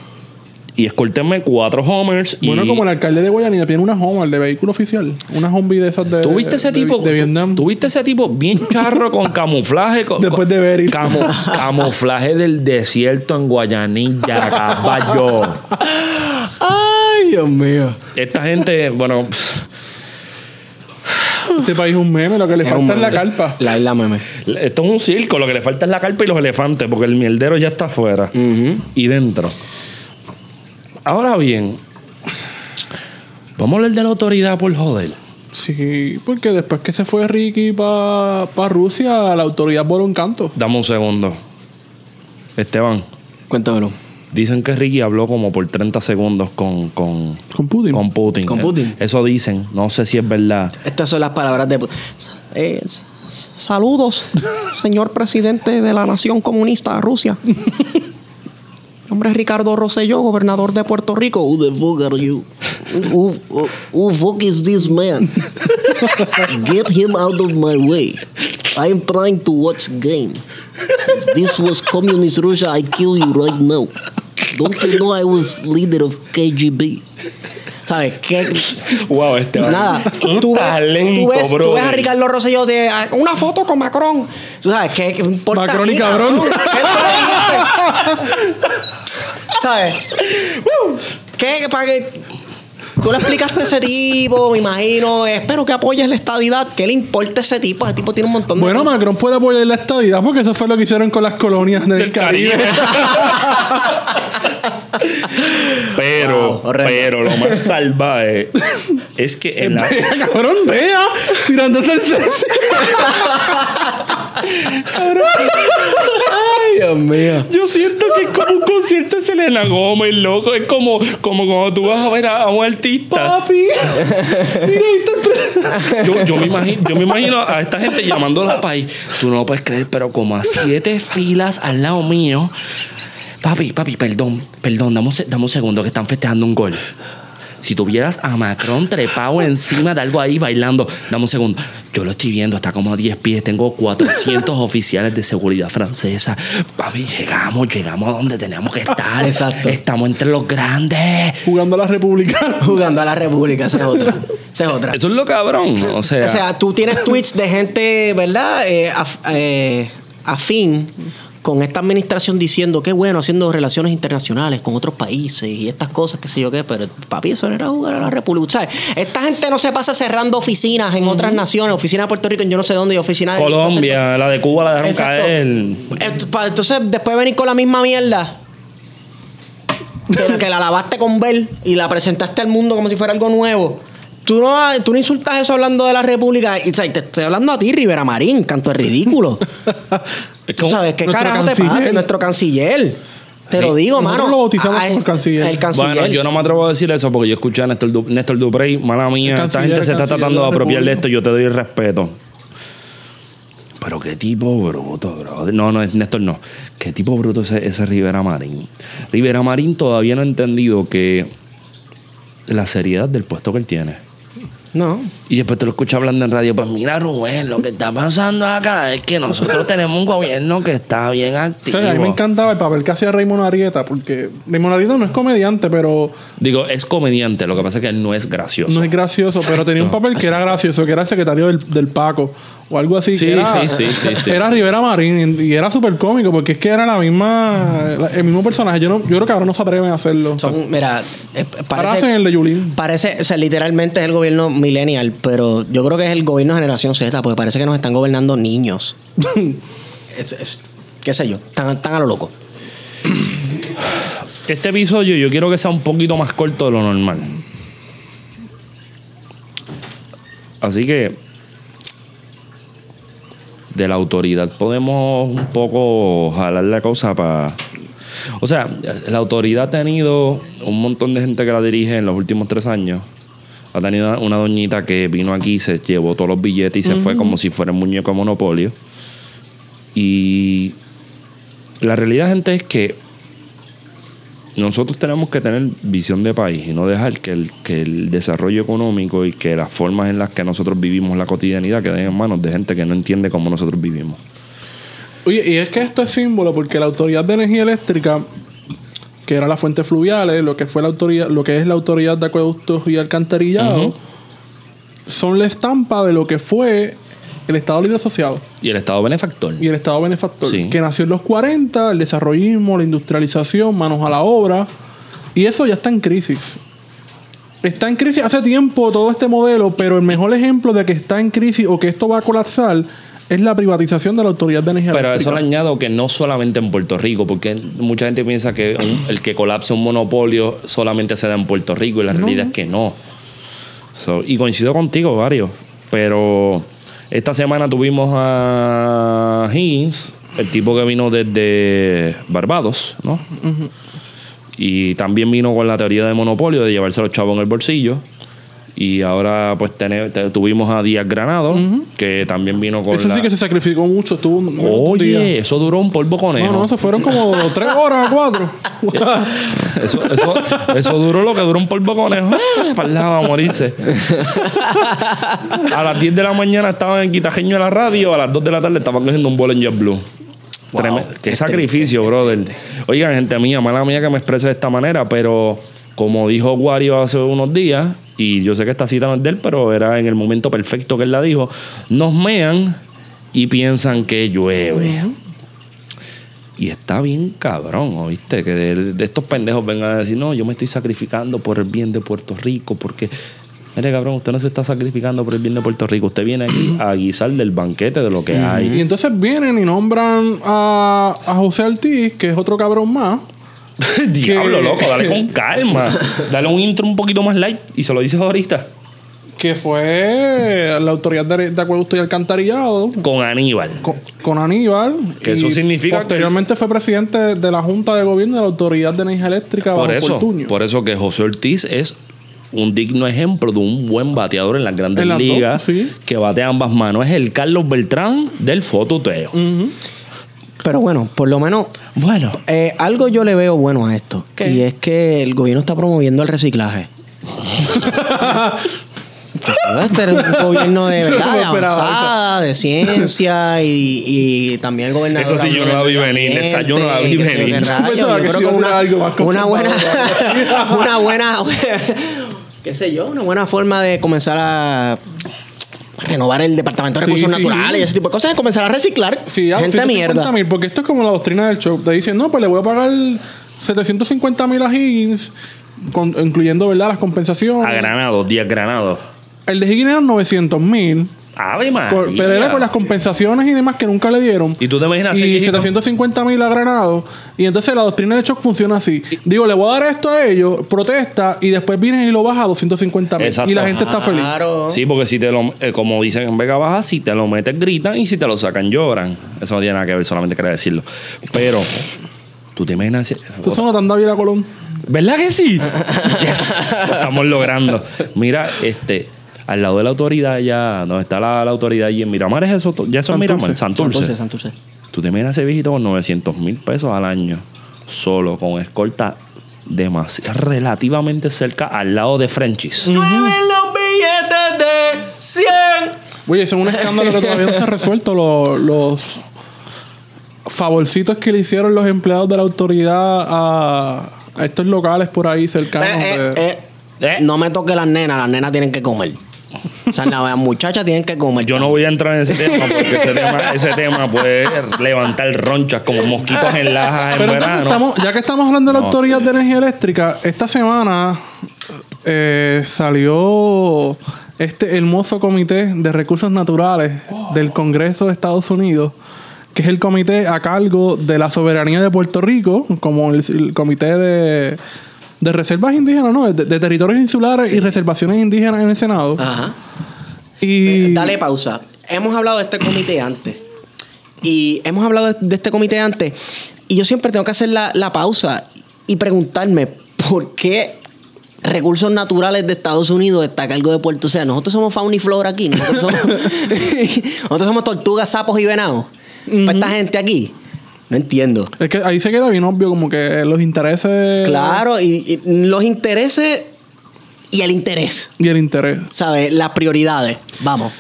S1: y escoltenme cuatro Homers. Y
S3: Bueno, como el alcalde de Guayanilla tiene una Homer de vehículo oficial. Una Humvee de esas de.
S1: ¿Tú viste ese
S3: de-
S1: tipo?
S3: De Vietnam.
S1: ¿Tú viste ese tipo bien charro con camuflaje? con-
S3: Después de Beryl.
S1: camu- camuflaje del desierto en Guayanilla, caballo.
S4: Ay, Dios mío.
S1: Esta gente, bueno, pff,
S3: Este país es un meme, lo que le
S4: Era un
S3: falta es la
S4: meme.
S3: carpa.
S4: La isla meme.
S1: esto es un circo, lo que le falta es la carpa y los elefantes, porque el mierdero ya está afuera y dentro. Ahora bien, vamos a hablar de la autoridad por joder.
S3: Sí, porque después que se fue Ricky para Rusia, la autoridad voló un canto.
S1: Dame un segundo. Esteban,
S4: Cuéntamelo.
S1: dicen que Ricky habló como por 30 segundos con- con,
S3: Con Putin.
S1: Con Putin.
S4: Con Putin.
S1: Eso dicen. No sé si es verdad.
S4: Estas son las palabras de. Eh, s- s- saludos, señor presidente de la Nación Comunista de Rusia. Mi nombre es Ricardo Rosselló, gobernador de Puerto Rico. Who the fuck are you? Who, who- who fuck is this man? Get him out of my way. I am trying to watch game. If this was communist Russia, I kill you right now. Don't you know I was leader of KGB? ¿Sabes qué?
S1: Wow, este
S4: Nada, tú ves, tú, ves, tú ves a Ricardo Rosselló de ah, una foto con Macron. Tú sabes qué qué importa.
S3: Macron y
S4: a mí,
S3: cabrón.
S4: ¿Qué tú le dijiste? ¿Sabes?
S3: Uh.
S4: ¿Qué para qué? Tú le explicaste a ese tipo, me imagino. Espero que apoyes la estadidad. ¿Qué le importa a ese tipo? Ese tipo tiene un montón de.
S3: Bueno, Macron puede apoyar la estadidad porque eso fue lo que hicieron con las colonias del,
S1: Del
S3: Caribe.
S1: Caribe. pero,
S4: Wow, horrendo.
S1: pero lo más salvaje es que en la,
S3: cabrón, vea, tirándose el sexo.
S4: Ay, Dios mío.
S1: Yo siento que es como un concierto de Selena Gómez, loco. Es como, como cuando tú vas a ver a, a un artista.
S3: Papi, mira, ahí está el pre-
S1: Yo, yo me imagino, yo me imagino a esta gente llamándola al país. Tú no lo puedes creer, pero como a siete filas al lado mío. Papi, papi, perdón, perdón, dame un, se- dame un segundo que están festejando un gol. Si tuvieras a Macron trepado encima de algo ahí bailando, dame un segundo. Yo lo estoy viendo, está como a 10 pies. Tengo 400 oficiales de seguridad francesa. Papi, llegamos, llegamos a donde tenemos que estar.
S4: Exacto.
S1: Estamos entre los grandes.
S3: Jugando a la republicana.
S4: Jugando a la República, esa es otra. Esa es otra.
S1: Eso es lo cabrón. O sea,
S4: O sea, tú tienes tweets de gente, ¿verdad? Eh, af- eh, afín con esta administración diciendo que bueno, haciendo relaciones internacionales con otros países y estas cosas, qué sé yo qué, pero papi, eso no era jugar a la República. O sea, esta gente no se pasa cerrando oficinas en otras naciones, oficina de Puerto Rico, en yo no sé dónde, Ah, y oficina de
S1: Colombia, la de Cuba la dejaron
S4: Exacto.
S1: caer.
S4: Et- pa- Entonces, después venir con la misma mierda. Que la, que la lavaste con Bell y la presentaste al mundo como si fuera algo nuevo. Tú no, tú no insultas eso hablando de la República. Y, o sea, te estoy hablando a ti, Rivera Marín, canto es ridículo.
S1: Es que
S4: Tú
S1: un-
S4: sabes qué
S3: Nuestro
S4: carajo te
S3: canciller.
S4: pasa, nuestro canciller. Te lo
S1: Sí.
S4: digo,
S3: Nosotros
S4: mano.
S3: lo bautizamos
S4: Ah,
S3: como
S4: es-
S3: el canciller.
S4: El canciller.
S1: Bueno, yo no me atrevo a decir eso porque yo escuché a Néstor, Du- Néstor Duprey, mala mía,
S3: El
S1: esta
S3: canciller,
S1: gente se
S3: el
S1: está
S3: canciller
S1: tratando de
S3: de la
S1: apropiar de
S3: República.
S1: esto, yo te doy el respeto. Pero qué tipo bruto, brother. No, no, Néstor, no. Qué tipo bruto ese, ese Rivera Marín. Rivera Marín todavía no ha entendido que la seriedad del puesto que él tiene.
S4: No.
S1: Y después te lo escuchas hablando en radio, pues mira Rubén, lo que está pasando acá es que nosotros tenemos un gobierno que está bien
S3: O
S1: activo.
S3: sea, a mí me encantaba el papel que hacía Raymond Arieta, porque Raymond Arieta no es comediante, pero
S1: Digo, es comediante, lo que pasa es que él no es gracioso.
S3: no es gracioso, pero tenía un papel que era gracioso, que era el secretario del, del Paco o algo así.
S1: Sí,
S3: que era,
S1: sí, sí, sí, sí.
S3: Era Rivera Marín y era súper cómico, porque es que era la misma, la- el mismo personaje. Yo, no, yo creo que ahora no se atreven a hacerlo.
S4: Son, mira, eh,
S3: ahora hacen
S4: parece,
S3: el de Yulín.
S4: parece, o sea, literalmente es el gobierno millennial, pero yo creo que es el gobierno generación Z, porque parece que nos están gobernando niños. Es- es- qué sé yo, están, están a lo loco.
S1: Este episodio yo quiero que sea un poquito más corto de lo normal. Así que de la autoridad podemos un poco jalar la cosa para... O sea, la autoridad ha tenido un montón de gente que la dirige en los últimos tres años. Ha tenido una doñita que vino aquí, se llevó todos los billetes y se fue como si fuera un muñeco de monopolio. Y la realidad, gente, es que nosotros tenemos que tener visión de país y no dejar que el, que el desarrollo económico y que las formas en las que nosotros vivimos la cotidianidad queden en manos de gente que no entiende cómo nosotros vivimos.
S3: Oye, y es que esto es símbolo porque la Autoridad de Energía Eléctrica, que era la fuente fluviales, lo que fue la autoridad, lo que es la Autoridad de Acueductos y Alcantarillado,
S1: Ujú.
S3: son la estampa de lo que fue el Estado Libre Asociado
S1: Y el Estado benefactor.
S3: y el Estado Benefactor,
S1: Sí.
S3: que nació en los 40, el desarrollismo, la industrialización, manos a la obra, y eso ya está en crisis. Está en crisis hace tiempo todo este modelo, pero el mejor ejemplo de que está en crisis o que esto va a colapsar es la privatización de la Autoridad de Energía
S1: Pero a eso
S3: Eléctrica.
S1: le añado que no solamente en Puerto Rico, porque mucha gente piensa que un- el que colapse un monopolio solamente se da en Puerto Rico y la realidad es que no. So, y coincido contigo, varios. Pero esta semana tuvimos a Higgins, el tipo que vino desde Barbados, ¿no? Y también vino con la teoría de monopolio, de llevarse a los chavos en el bolsillo. Y ahora pues tene- te- tuvimos a Díaz Granado, que también vino con
S3: Eso
S1: la...
S3: sí que se sacrificó mucho, estuvo un, menos de un
S1: Oye,
S3: día.
S1: eso duró un polvo conejo.
S3: No, no, se fueron como tres horas o cuatro.
S1: eso, eso, eso duró lo que duró un polvo conejo. Ah, Parlaba a morirse. A las 10 de la mañana estaban en Quitajeño en la radio, a las 2 de la tarde estaban cogiendo un vuelo en JetBlue.
S4: Wow,
S1: Treme- qué
S4: qué
S1: sacrificio, brother. Oigan, gente mía, mala mía que me exprese de esta manera, pero como dijo Wario hace unos días, y yo sé que esta cita no es de él, pero era en el momento perfecto que él la dijo, nos mean y piensan que llueve. Y está bien cabrón, ¿oíste? Que de, de estos pendejos vengan a decir, no, yo me estoy sacrificando por el bien de Puerto Rico, porque, mire cabrón, usted no se está sacrificando por el bien de Puerto Rico, usted viene aquí a guisar del banquete de lo que hay.
S3: Y entonces vienen y nombran a, a José Ortiz, que es otro cabrón más.
S1: Diablo,
S3: Que-
S1: loco, dale con calma. Dale un intro un poquito más light y se lo dices ahorita.
S3: que fue la autoridad de, de acueducto y alcantarillado
S1: Con Aníbal.
S3: con, con Aníbal.
S1: Que
S3: y
S1: eso significa que-
S3: Posteriormente fue presidente de la Junta de Gobierno de la Autoridad de Energía Eléctrica
S1: Por
S3: bajo
S1: eso,
S3: Fortuño.
S1: por eso que José Ortiz es un digno ejemplo de un buen bateador en las grandes
S3: En las dos,
S1: ligas
S3: sí.
S1: que batea ambas manos. Es el Carlos Beltrán del fototeo.
S3: Mm.
S4: Pero bueno, por lo menos
S1: Bueno,
S4: eh, algo yo le veo bueno a esto.
S1: ¿Qué?
S4: Y es que el gobierno está promoviendo el reciclaje. Que se va a estar este un gobierno de
S3: Yo no me
S4: verdad, de
S3: esperaba eso.
S4: avanzada, de ciencia y, y también el gobernador.
S1: Eso sí, yo no la vi venir, esa yo no la vi
S4: que sé yo qué
S1: venir. Yo
S4: rayos.
S3: pensaba
S4: Yo
S3: que
S4: creo
S3: sí iba a
S4: que
S3: tirar algo más
S4: una, una buena,
S3: confortable.
S4: una buena, qué sé yo, una buena forma de comenzar a renovar el departamento de
S3: Sí,
S4: recursos
S3: sí.
S4: naturales y ese tipo de cosas, es comenzar a reciclar
S3: Sí, ah,
S4: gente de
S3: 150
S4: mierda.
S3: mil, porque esto es como la doctrina del show. Te dicen, no, pues le voy a pagar 750 mil a Higgins, con- incluyendo ¿verdad? las compensaciones.
S1: a Granado, Díaz Granado.
S3: El de Higgins eran 900 mil,
S1: Ave María.
S3: por- pero era por las compensaciones y demás que nunca le dieron.
S1: Ah, ¿Y tú te imaginas así,
S3: Y
S1: viejito?
S3: 750 mil a Granado. Y entonces la doctrina de shock funciona así. Digo, le voy a dar esto a ellos, protesta, y después vienes y lo bajas a 250 mil.
S1: Exacto.
S3: Y la gente está feliz.
S4: Claro.
S1: Sí, porque si te lo, eh, como dicen en Vega Baja, si te lo metes gritan y si te lo sacan lloran. Eso no tiene nada que ver, solamente quería decirlo. Pero, tú te imaginas.
S3: Eso suena tan David Colón.
S1: ¿Verdad que sí? Yes. Lo estamos logrando. Mira, este. al lado de la autoridad, allá donde está la, la autoridad allí en Miramar, es eso, to- ya eso es
S3: Santurce.
S1: Miramar, Santurce.
S4: Santurce, Santurce.
S1: Tú te miras a ese viejito con 900 mil pesos al año, solo, con escolta demasi- relativamente cerca al lado de Frenchies.
S3: Oye, eso es un escándalo que todavía no se ha resuelto. Lo- los favorcitos que le hicieron los empleados de la autoridad a, a estos locales por ahí cercanos.
S4: Eh, eh,
S3: de-
S4: eh.
S1: Eh.
S4: No me toque las nenas, las nenas tienen que comer. O sea, las muchachas tienen que comer.
S1: Yo no voy a entrar en ese tema porque ese tema, ese tema puede levantar ronchas como mosquitos en lajas en
S3: Pero entonces
S1: verano.
S3: estamos- ya que estamos hablando de la
S1: No.
S3: autoridad de energía eléctrica, esta semana eh, salió este hermoso comité de recursos naturales del Congreso de Estados Unidos, que es el comité a cargo de la soberanía de Puerto Rico, como el, el comité de, de reservas indígenas, no, de, de territorios insulares y reservaciones indígenas en el Senado.
S4: Ajá.
S3: Y
S4: Ah, eh, Dale pausa. Hemos hablado de este comité antes. Y hemos hablado de- de este comité antes. Y yo siempre tengo que hacer la, la pausa y preguntarme por qué recursos naturales de Estados Unidos está a cargo de Puerto. O sea, nosotros somos fauna y flora aquí. Nosotros somos, nosotros somos tortugas, sapos y venados. Para esta gente aquí. No entiendo.
S3: es que ahí se queda bien obvio como que los intereses
S4: Claro, y, y los intereses y el interés.
S3: y el interés.
S4: ¿Sabes? Las prioridades. Vamos.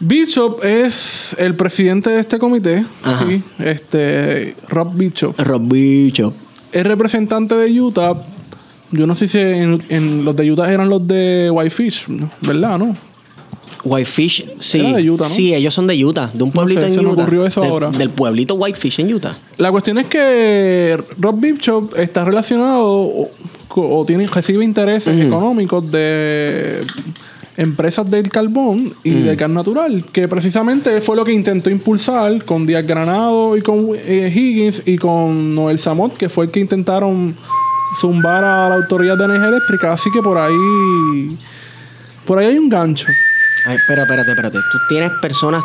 S3: Bishop es el presidente de este comité,
S4: Ajá.
S3: sí, este Rob Bishop.
S4: Rob Bishop.
S3: Es representante de Utah. Yo no sé si en, en los de Utah eran los de Whitefish, ¿no? ¿verdad? ¿No?
S4: Whitefish, sí.
S3: Era de Utah, ¿no?
S4: Sí, ellos son de Utah, de un pueblito
S3: sé,
S4: en
S3: se me
S4: Utah.
S3: ocurrió eso
S4: del,
S3: ahora.
S4: del pueblito Whitefish en Utah.
S3: La cuestión es que Rob Bishop está relacionado o, co- o tiene, recibe intereses económicos de empresas del carbón y del gas natural, que precisamente fue lo que intentó impulsar con Díaz Granado y con eh, Higgins y con Noel Samot, que fue el que intentaron zumbar a la autoridad de energía eléctrica. Así que por ahí, por ahí hay un gancho.
S4: Ay, espera, espérate, espérate. Tú tienes personas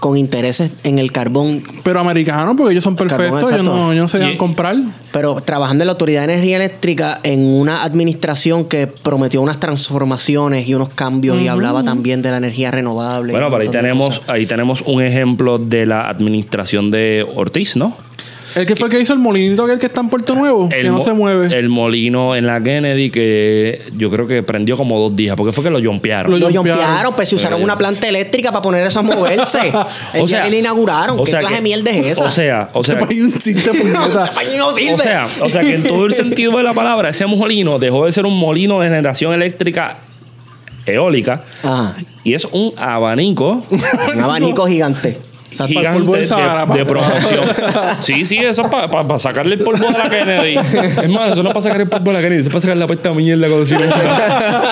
S4: con intereses en el carbón,
S3: Pero americanos, porque ellos son
S4: carbón,
S3: perfectos, ellos
S4: exacto.
S3: no, ellos no se dejan
S1: Y-
S3: comprar.
S4: pero trabajando en la Autoridad de Energía Eléctrica en una administración que prometió unas transformaciones y unos cambios y hablaba también de la energía renovable. y
S1: Bueno,
S4: un
S1: pero ahí
S4: montón de
S1: tenemos,
S4: cosas.
S1: ahí tenemos un ejemplo de la administración de Ortiz, ¿no?
S3: El que fue el que hizo el molinito aquel que está en Puerto Nuevo, que no
S1: mo-
S3: se mueve.
S4: eh,
S1: El molino en la Kennedy que yo creo que prendió como dos días porque fue que lo jompearon.
S3: Lo
S4: Lo
S3: yompearon.
S4: yompearon, pues si usaron una planta eléctrica para poner eso a moverse. El día que le inauguraron.
S1: o
S4: ¿Qué
S1: sea
S4: clase
S1: que-
S4: de mierda es esa?
S1: O sea, o sea,
S3: Este país es un chiste puñeta.
S4: Ay, no sirve.
S1: O sea, o sea que en todo el sentido de la palabra, ese molino dejó de ser un molino de generación eléctrica eólica
S4: Ajá.
S1: y es un abanico
S4: Un abanico gigante. O sea,
S3: el polvo
S1: gigante
S3: del Sahara,
S1: de,
S3: pa.
S1: de promoción. Sí, sí, eso es para sacarle el polvo de la Kennedy. Es más, eso no es para sacar el polvo de la Kennedy, eso es para sacar la puesta mierda cuando se
S4: Nada,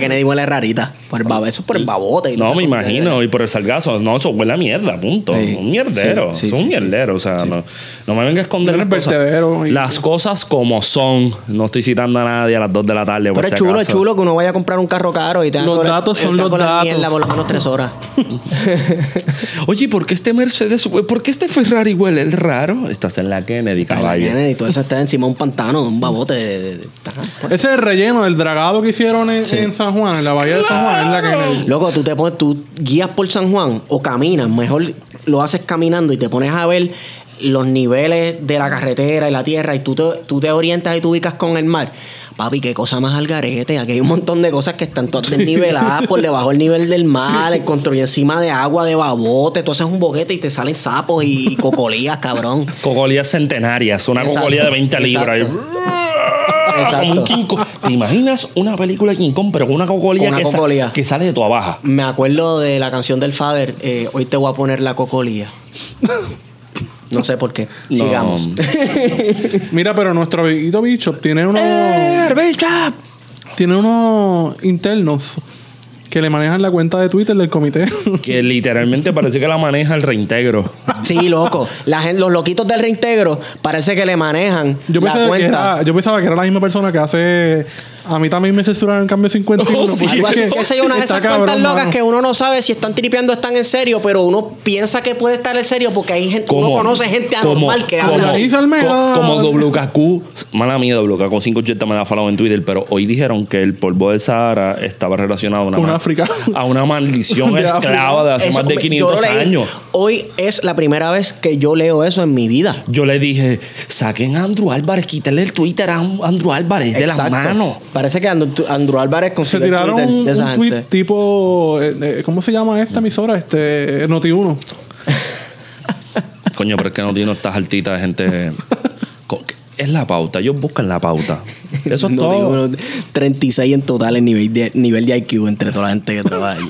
S4: Kennedy huele rarita. Por el babo- eso es por el babote. y
S1: No,
S4: esas
S1: me
S4: cosas.
S1: imagino. Y por el salgazo. No, eso huele a mierda, punto.
S4: Sí.
S1: Un mierdero.
S4: Sí, sí,
S1: eso es un
S4: sí, sí.
S1: mierdero. O sea, no, no me venga a esconder
S3: Tiene
S1: las
S3: el vertedero
S1: cosas.
S3: y-
S1: Las cosas como son. No estoy citando a nadie a las 2 de la tarde. por
S4: Pero es
S1: si
S4: chulo,
S1: acaso.
S4: es chulo que uno vaya a comprar un carro caro y te
S3: Los datos son los datos.
S4: Mierda por lo menos tres horas.
S1: Oye, ¿por qué este Mercedes, por qué este Ferrari huele el raro? Estás en la Kennedy, caballo.
S4: Y todo eso está encima de un pantano, de un babote. de- de- de- ajá.
S3: Ese es el relleno, el dragado que hicieron en, en San Juan, en la bahía de San Juan, en la que
S4: Loco, tú te pones, tú guías por San Juan o caminas, mejor lo haces caminando y te pones a ver los niveles de la carretera y la tierra y tú te, tú te orientas y te ubicas con el mar. Papi, qué cosa más al garete. Aquí hay un montón de cosas que están todas desniveladas por debajo del nivel del mar, el control encima de agua, de babote. Tú haces un boquete y te salen sapos y cocolías, cabrón.
S1: Cocolías centenarias, una
S4: Exacto,
S1: cocolía de 20 libras.
S4: exacto.
S1: Y-
S4: Exacto.
S1: Como un King Kong. ¿Te imaginas una película de King Kong, pero con una cocolía,
S4: Con una
S1: que, sa-
S4: cocolía.
S1: que sale de tu abaja?
S4: Me acuerdo de la canción del Fader, eh, hoy te voy a poner la cocolía. No sé por qué.
S1: No.
S4: Sigamos.
S3: Mira, pero nuestro amiguito
S4: Eh.
S3: Eh, Bishop tiene unos, tiene unos internos que le manejan la cuenta de Twitter del comité.
S1: Que literalmente parece que la maneja el reintegro.
S4: Sí, loco. La gente, los loquitos del reintegro parece que le manejan la
S3: Yo pensaba, que
S4: cuenta.
S3: era, yo pensaba que era la misma persona que hace. A mí también me censuraron en cambio 51.
S1: Oh, sí.
S3: porque
S4: Algo así,
S3: pues es que
S4: qué sé yo, una de
S3: está
S4: esas cuentas
S3: cabrón,
S4: locas
S3: mano.
S4: que uno no sabe si están tripeando o están en serio, pero uno piensa que puede estar en serio porque hay gente, uno
S1: Como-
S4: conoce gente
S1: como-
S4: anormal que
S1: como-
S4: habla
S3: ahí
S4: así.
S3: se almega.
S1: co- Como WKQ, mala mía, WKQ 580 me la ha falado en Twitter, pero hoy dijeron que el polvo de Sahara estaba relacionado a una,
S3: Con
S1: mal-
S3: África.
S1: a una maldición
S3: De
S1: esclava
S3: África.
S1: de hace
S4: Eso,
S1: más de
S4: me- yo
S1: 500
S4: lo leí.
S1: años.
S4: Hoy es la primera vez que yo leo eso en mi vida.
S1: Yo le dije, saquen a Andrew Álvarez, quítale el Twitter a Andrew Álvarez de las
S4: Exacto.
S1: manos.
S4: Parece que Andrew, Andrew Álvarez consiguió
S3: Se
S4: el
S3: tiraron
S4: Twitter
S3: un,
S4: de esa
S3: un tweet
S4: gente.
S3: tipo. eh, eh, ¿Cómo se llama esta emisora? Este, Noti1.
S1: Coño, pero es que no tiene estas altitas de gente. Con- Es la pauta, ellos buscan la pauta. Eso es
S4: No
S1: todo.
S4: digo, no, 36 en total en nivel de, nivel de IQ entre toda la gente que trabaja allí.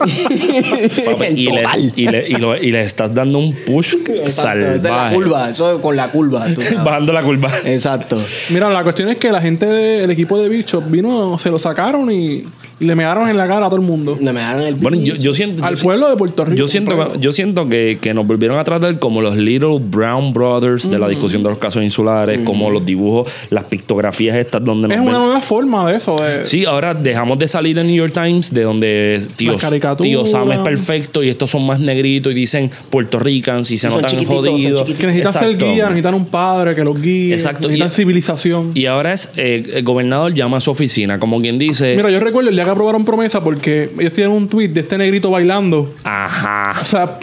S1: Papi,
S4: en
S1: y, le,
S4: total.
S1: y le- y lo- y le estás dando un push
S4: Exacto, esa es la
S1: salvaje.
S4: curva, eso con la curva. tú sabes.
S1: Bajando la curva.
S4: Exacto.
S3: Mira, la cuestión es que la gente del equipo de Bicho vino, se lo sacaron y, y le mearon en la cara a todo el mundo.
S4: Me dejaron el
S1: Bueno,
S4: bicho.
S1: yo, yo siento.
S3: Al
S1: yo
S3: pueblo de Puerto Rico. pues,
S1: Yo siento,
S3: completo.
S1: yo siento que, que nos volvieron a tratar como los Little Brown Brothers de la discusión de los casos insulares, como los dibujos, las pictografías estas donde nos
S3: Es una
S1: ven-
S3: nueva forma de eso. de-
S1: Sí, ahora dejamos de salir en New York Times, de donde es tío,
S3: Las caricaturas.
S1: tío Sam es perfecto y estos son más negritos y dicen Puerto Rican si se
S4: Y son
S1: notan
S4: chiquititos, son
S1: jodidos.
S4: chiquititos.
S3: Que necesitan ser
S1: Exacto.
S3: guía, necesitan un padre que los guíe.
S1: Exacto,
S3: Necesitan
S1: y-
S3: civilización.
S1: Y ahora es eh, el gobernador llama a su oficina, como quien dice,
S3: Mira, yo recuerdo el día que aprobaron promesa porque ellos tienen un tweet de este negrito bailando.
S1: ajá.
S3: O sea,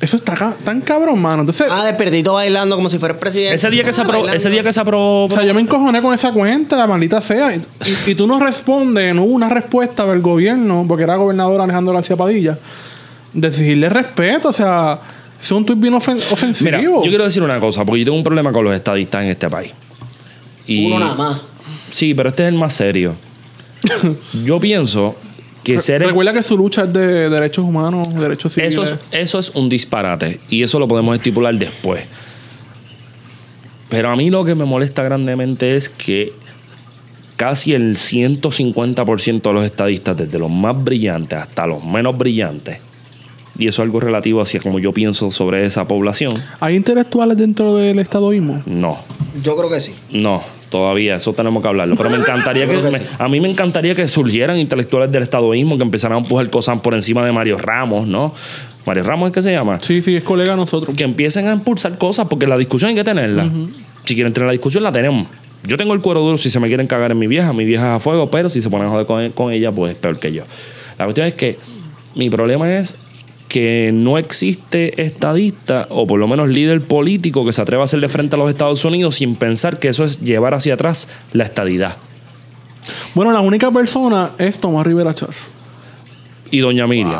S3: eso está ca- tan cabrón, mano. Entonces,
S4: Ah, despertito bailando como si fuera el presidente.
S1: Ese día que se
S4: Ah,
S1: aprobó,
S4: bailando.
S1: ese día que se aprobó,
S3: o sea, yo me encojoné con esa cuenta, la maldita sea. Y, y- y tú no respondes, no hubo una respuesta del gobierno, porque era gobernador Alejandro García Padilla, de exigirle respeto. O sea, es un tweet bien ofen- ofensivo.
S1: Mira, yo quiero decir una cosa, porque yo tengo un problema con los estadistas en este país. Y-
S4: Uno nada más.
S1: Sí, pero este es el más serio. Yo pienso que
S3: Re-
S1: ser el-
S3: Recuerda que su lucha es de derechos humanos, derechos civiles.
S1: eso es, eso es un disparate y eso lo podemos estipular después. Pero a mí lo que me molesta grandemente es que casi el 150% de los estadistas, desde los más brillantes hasta los menos brillantes, y eso es algo relativo hacia como yo pienso sobre esa población,
S3: ¿Hay intelectuales dentro del estadoísmo?
S1: no.
S4: Yo creo que sí.
S1: No, todavía, eso tenemos que hablarlo. Pero me encantaría que.
S4: Creo que
S1: me-
S4: sí.
S1: a mí me encantaría que surgieran intelectuales del estadoísmo que empezaran a empujar cosas por encima de Mario Ramos, ¿no? Mario Ramos es que se llama.
S3: Sí, sí, es colega de nosotros.
S1: Que empiecen a impulsar cosas porque la discusión hay que tenerla. Si quieren tener la discusión, la tenemos. Yo tengo el cuero duro si se me quieren cagar en mi vieja, mi vieja es a fuego, pero si se ponen a joder con, con ella, pues es peor que yo. La cuestión es que mi problema es que no existe estadista o por lo menos líder político que se atreva a hacerle frente a los Estados Unidos sin pensar que eso es llevar hacia atrás la estadidad.
S3: Bueno, la única persona es Tomás Rivera Chávez.
S1: Y doña Miriam.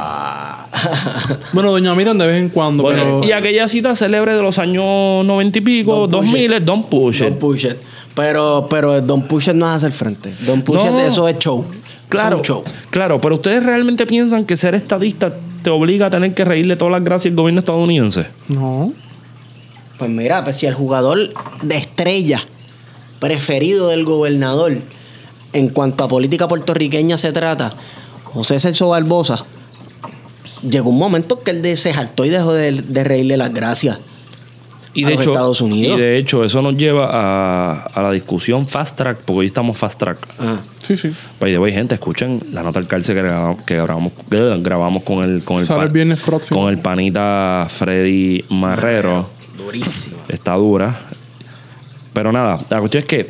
S3: Bueno, Doña Miriam de vez en cuando,
S1: Bueno,
S3: pero.
S1: y aquella cita célebre de los años noventa y pico,
S4: Don't
S1: dos
S4: push it.
S1: miles, don't push it.
S4: Don Pushet. Pero, pero Don Pushet no es hacer frente. Don Pushet,
S1: No.
S4: eso es show.
S1: Claro,
S4: Eso es un show.
S1: claro, pero ustedes realmente piensan que ser estadista te obliga a tener que reírle todas las gracias al gobierno estadounidense.
S3: No.
S4: Pues mira, pues si el jugador de estrella preferido del gobernador en cuanto a política puertorriqueña se trata, José Celso Barbosa, llegó un momento que él de- se jaltó y dejó de, de reírle las gracias.
S1: Y
S4: A
S1: de
S4: los
S1: hecho,
S4: Estados Unidos.
S1: Y de hecho, eso nos lleva a, a la discusión fast track, porque hoy estamos fast track.
S4: Ah.
S3: Sí, sí.
S1: By the way, gente, escuchen la nota al cárcel que, grabamos, que grabamos, que grabamos con el con el,
S3: Sale el viernes próximo.
S1: con el panita Freddy Marrero.
S4: Durísimo.
S1: Está dura. Pero nada, la cuestión es que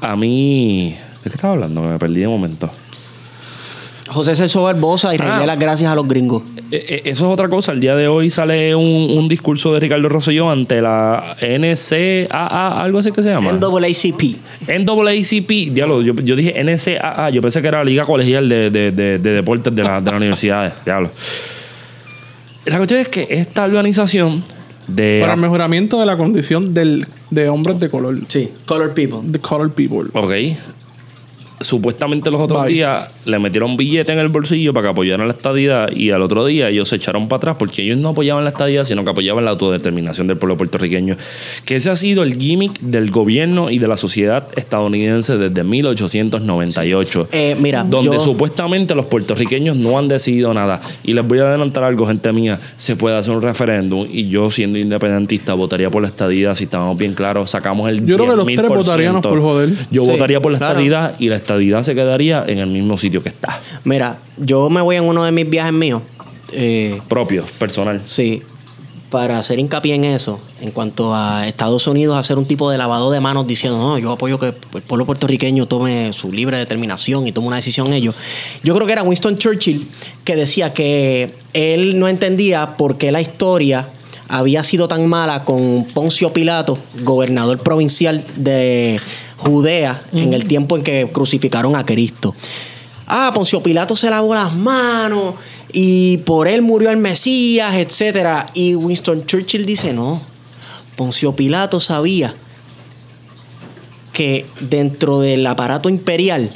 S1: a mí. ¿De qué estaba hablando? Me perdí de momento.
S4: José Celso Barbosa y reírle
S1: Ah.
S4: las gracias a los gringos.
S1: Eh, eh, Eso es otra cosa. El día de hoy sale un, un discurso de Ricardo Rosselló ante la NCAA, algo así que se llama.
S4: NAACP.
S1: NAACP. Diablo, yo, yo dije NCAA. Yo pensé que era la Liga Colegial de, de- de- de Deportes de, la, de las universidades. Diablo. La cuestión es que esta organización de.
S3: Para el mejoramiento de la condición del, de hombres de color.
S4: Sí, Color People.
S3: De color people.
S1: Ok. supuestamente los otros
S3: Bye.
S1: días le metieron billete en el bolsillo para que apoyaran la estadidad y al otro día ellos se echaron para atrás porque ellos no apoyaban la estadidad, sino que apoyaban la autodeterminación del pueblo puertorriqueño. Que ese ha sido el gimmick del gobierno y de la sociedad estadounidense desde 1898.
S4: Eh, mira,
S1: donde
S4: yo-
S1: supuestamente los puertorriqueños no han decidido nada. Y les voy a adelantar algo, gente mía. Se puede hacer un referéndum y yo, siendo independentista, votaría por la estadidad. Si estamos bien claros, sacamos el.
S3: Yo creo que los tres
S1: 10.000%.
S3: votaríamos por joder.
S1: Yo
S4: Sí,
S1: votaría por la
S4: claro.
S1: estadidad y la estadidad se quedaría en el mismo sitio que está.
S4: Mira, yo me voy en uno de mis viajes míos. Eh,
S1: Propio, personal.
S4: sí. Para hacer hincapié en eso, en cuanto a Estados Unidos hacer un tipo de lavado de manos diciendo, no, yo apoyo que el pueblo puertorriqueño tome su libre determinación y tome una decisión ellos. Yo creo que era Winston Churchill que decía que él no entendía por qué la historia había sido tan mala con Poncio Pilato, gobernador provincial de Judea, en el tiempo en que crucificaron a Cristo. Ah, Poncio Pilato se lavó las manos y por él murió el Mesías, etcétera. Y Winston Churchill dice, no, Poncio Pilato sabía que dentro del aparato imperial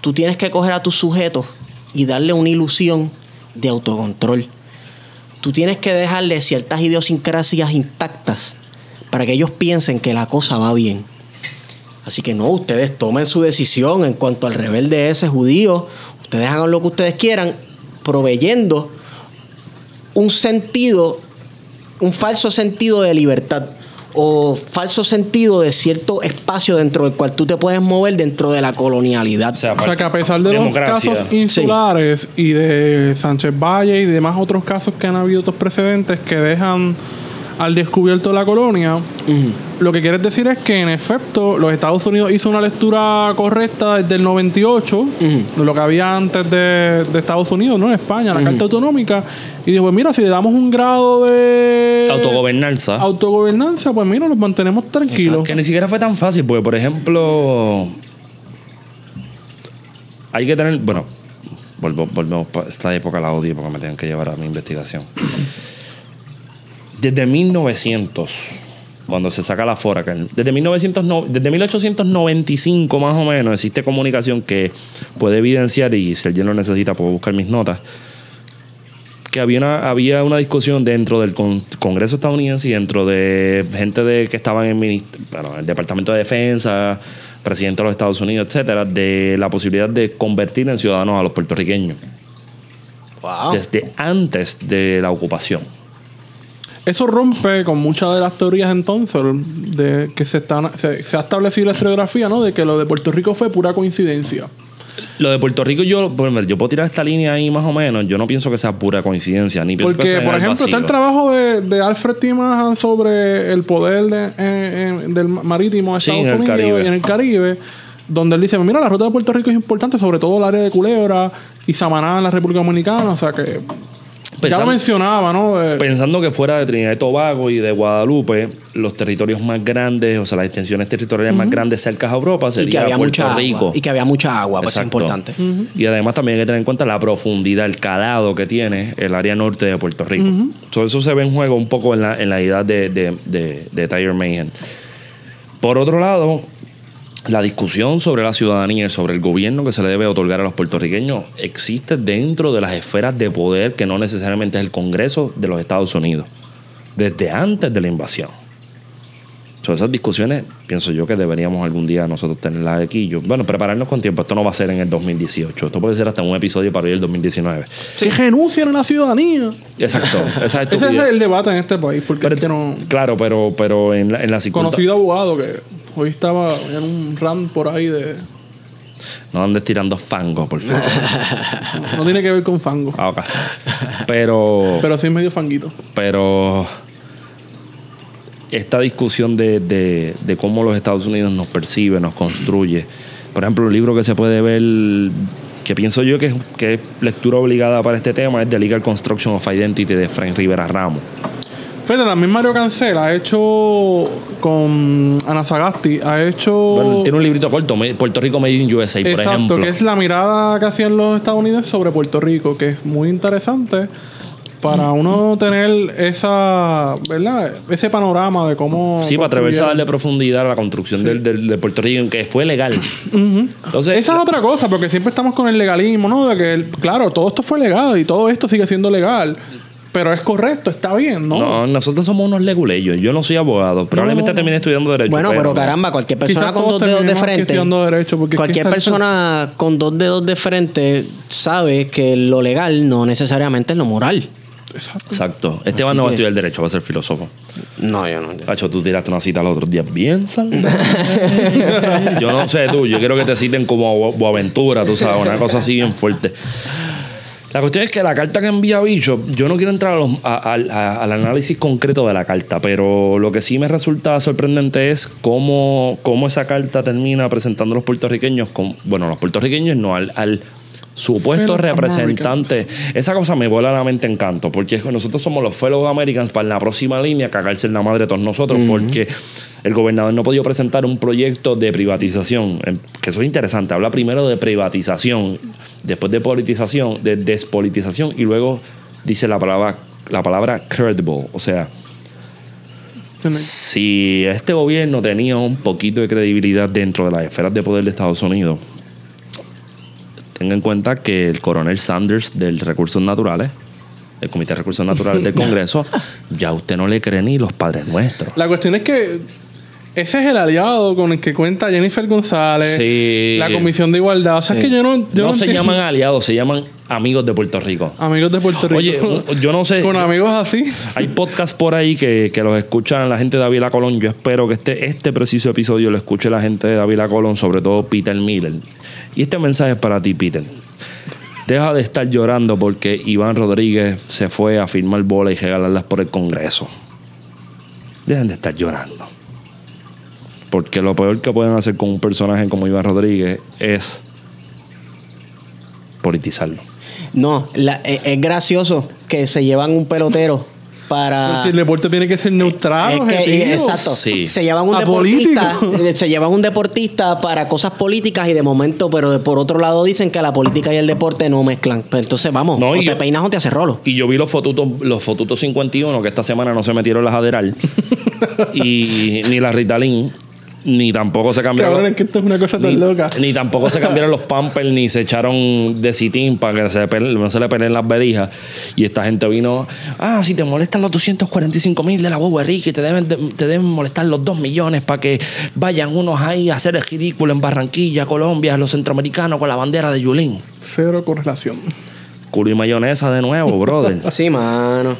S4: tú tienes que coger a tus sujetos y darle una ilusión de autocontrol. Tú tienes que dejarle ciertas idiosincrasias intactas para que ellos piensen que la cosa va bien. Así que no, ustedes tomen su decisión en cuanto al rebelde ese judío. Ustedes hagan lo que ustedes quieran, proveyendo un sentido, un falso sentido de libertad o falso sentido de cierto espacio dentro del cual tú te puedes mover dentro de la colonialidad.
S1: O sea,
S3: O sea que a pesar de
S1: democracia.
S3: los casos insulares y de Sánchez Valle y demás otros casos que han habido otros precedentes que dejan al descubierto la colonia,
S4: Ujú.
S3: lo que quieres decir es que en efecto los Estados Unidos hizo una lectura correcta desde el 98, de lo que había antes de, de Estados Unidos, ¿no? En España, la Carta Autonómica, y dijo, pues mira, si le damos un grado de
S1: Autogobernanza.
S3: autogobernanza, pues mira, los mantenemos tranquilos.
S1: Que ni siquiera fue tan fácil, porque por ejemplo, hay que tener, bueno, volvo- volvemos, pa- esta época la odio porque me tienen que llevar a mi investigación. Desde 1900, cuando se saca la fora, que el- desde, 1900 no- desde 1895 más o menos existe comunicación que puede evidenciar, y si alguien lo necesita puedo buscar mis notas, que había una, había una discusión dentro del con- Congreso estadounidense y dentro de gente de, que estaban en minist- bueno, el Departamento de Defensa, presidente de los Estados Unidos, etcétera, de la posibilidad de convertir en ciudadanos a los puertorriqueños
S3: Ah.
S4: Wow.
S1: desde antes de la ocupación.
S3: Eso rompe con muchas de las teorías entonces de que se, están, se, se ha establecido la historiografía, ¿no? De que lo de Puerto Rico fue pura coincidencia.
S1: Lo de Puerto Rico, yo, bueno, yo puedo tirar esta línea ahí más o menos. Yo no pienso que sea pura coincidencia, ni pienso que
S3: Porque,
S1: sea
S3: por
S1: algo
S3: ejemplo,
S1: así,
S3: está el
S1: ¿no?
S3: trabajo de, de Alfred T. Mahan sobre el poder de- en- en- del marítimo de
S1: Sí,
S3: Estados
S1: en el
S3: Unidos
S1: Caribe.
S3: y en el Caribe, donde él dice, "Pues mira, la ruta de Puerto Rico es importante, sobre todo el área de Culebra y Samaná en la República Dominicana, o sea que ya lo
S1: Pensando-
S3: mencionaba, ¿no? Eh, De-
S4: Pues,
S1: Pensando que fuera de Trinidad y Tobago y de Guadalupe, los territorios más grandes, o sea, las extensiones territoriales más grandes cerca a Europa
S4: y
S1: sería
S4: que había
S1: Puerto
S4: mucha
S1: Rico.
S4: agua. Y que había mucha agua, pues es
S1: Exacto.
S4: importante.
S1: Y además también hay que tener en cuenta la profundidad, el calado que tiene el área norte de Puerto Rico. So, eso se ve en juego un poco en la, en la idea de, de, de, de Tiger Mahan. Por otro lado, la discusión sobre la ciudadanía y sobre el gobierno que se le debe otorgar a los puertorriqueños existe dentro de las esferas de poder que no necesariamente es el Congreso de los Estados Unidos, desde antes de la invasión. So, esas discusiones, pienso yo que deberíamos algún día nosotros tenerlas aquí. Yo, bueno, prepararnos con tiempo. Esto no va a ser en el 2018. Esto puede ser hasta un episodio para ir el 2019.
S3: Que renuncian a la ciudadanía.
S1: Exacto. Esa es
S3: Ese es
S1: estupidez.
S3: el debate en este país, porque
S1: Pero-
S3: es que no...
S1: Claro, pero, pero en la, en la circunsta-
S3: conocido abogado que hoy estaba en un rant por ahí de.
S1: No andes tirando fango, por favor.
S3: No tiene que ver con fango,
S1: Ah, ok. Pero, pero,
S3: pero sí medio fanguito.
S1: esta discusión de, de- de cómo los Estados Unidos nos percibe, nos construye. Por ejemplo, un libro que se puede ver, que pienso yo que, es- que es lectura obligada para este tema, es The Legal Construction of Identity de Frank Rivera Ramos.
S3: Fíjate, también Mario Cancela ha hecho con Ana Sagasti, ha hecho.
S1: Bueno, tiene un librito corto, Me- Puerto Rico Made in USA, por
S3: Oh. exacto,
S1: ejemplo.
S3: que es la mirada que hacían los estadounidenses sobre Puerto Rico, que es muy interesante. para uno tener esa, ¿verdad? Ese panorama de cómo...
S1: Sí, para atreverse a
S3: construyeron.
S1: darle profundidad a la construcción del, del- de Puerto Rico, que fue legal. Entonces,
S3: Esa es otra cosa, porque siempre estamos con el legalismo, ¿no? De que, el- claro, todo esto fue legal y todo esto sigue siendo legal, pero es correcto, está bien, ¿no?
S1: no, nosotros somos unos leguleyos. Yo no soy abogado. Probablemente
S3: no, no.
S1: termine estudiando Derecho.
S4: Bueno, pero caramba, cualquier persona
S3: Quizás
S4: con
S3: todos
S4: dos dedos de
S3: terminemos aquí
S4: frente.
S3: estudiando derecho, porque es que
S4: cualquier
S3: esa-
S4: persona con dos dedos de frente sabe que lo legal no necesariamente es lo moral.
S3: Exacto.
S1: Exacto. Esteban no va a estudiar Derecho, va a ser filósofo.
S4: No, yo no.
S1: Hacho, tú tiraste una cita los otros días bien salvaje. Yo no sé tú, yo quiero que te citen como Boaventura, tú sabes, una cosa así bien fuerte. La cuestión es que la carta que envía Bicho, yo no quiero entrar a los- a- al- a- al análisis concreto de la carta, pero lo que sí me resulta sorprendente es cómo, cómo esa carta termina presentando a los puertorriqueños, con, bueno, los puertorriqueños no, al, al supuesto
S3: Fellow
S1: representante. Esa cosa me vuela la mente en canto, porque es que nosotros somos los fellow Americans para la próxima línea cagarse en la madre de todos nosotros, porque el gobernador no ha podido presentar un proyecto de privatización, em, que eso es interesante. Habla primero de privatización, después de politización, de despolitización, y luego dice la palabra, la palabra credible, o sea, si este gobierno tenía un poquito de credibilidad dentro de las esferas de poder de Estados Unidos, tenga en cuenta que el coronel Sanders del Recursos Naturales, del Comité de Recursos Naturales del Congreso, ya usted no le cree ni los padres nuestros.
S3: La cuestión es que ese es el aliado con el que cuenta Jennifer González,
S1: Sí.
S3: la Comisión de Igualdad. O sea, es que yo no, yo
S1: no se
S3: entiendo.
S1: llaman aliados, se llaman amigos de Puerto Rico.
S3: amigos de Puerto Rico.
S1: Oye, yo no sé-
S3: Con amigos así.
S1: Hay podcasts por ahí que, que los escuchan la gente de Ávila Colón. Yo espero que este, este preciso episodio lo escuche la gente de Ávila Colón, sobre todo Peter Miller. Y este mensaje es para ti, Peter. Deja de estar llorando porque Iván Rodríguez se fue a firmar bolas y regalarlas por el Congreso. Dejen de estar llorando. Porque lo peor que pueden hacer con un personaje como Iván Rodríguez es politizarlo.
S4: No, la- es, es gracioso que se llevan un pelotero para.
S3: Pero si el deporte tiene que ser neutral,
S4: Ah. Es que- eh,
S3: objetivo.
S4: exacto.
S1: Sí.
S4: Se llevan un
S3: Apolítico.
S4: deportista, eh, se llevan un deportista para cosas políticas y de momento, pero de- por otro lado dicen que la política y el deporte no mezclan. Pero entonces vamos,
S1: No,
S4: o
S1: y
S4: te
S1: yo-
S4: peinas o te haces rolo.
S1: Y yo vi los fotutos, los fotutos 51 que esta semana no se metieron las Aderal. y ni la Ritalin. Ni tampoco se cambiaron.
S3: Cabrón, es que esto es una cosa
S1: ni,
S3: tan loca.
S1: ni tampoco se cambiaron los pampers, ni se echaron de sitín para que se le peleen- no se le peleen las berijas. Y esta gente vino, ah, si te molestan los 245 mil de la boba Ricky, te deben, de- te deben molestar los 2 millones para que vayan unos ahí a hacer el ridículo en Barranquilla, Colombia, los centroamericanos con la bandera de Yulín.
S3: Cero correlación.
S1: Culo y mayonesa de nuevo, brother.
S4: Sí, mano.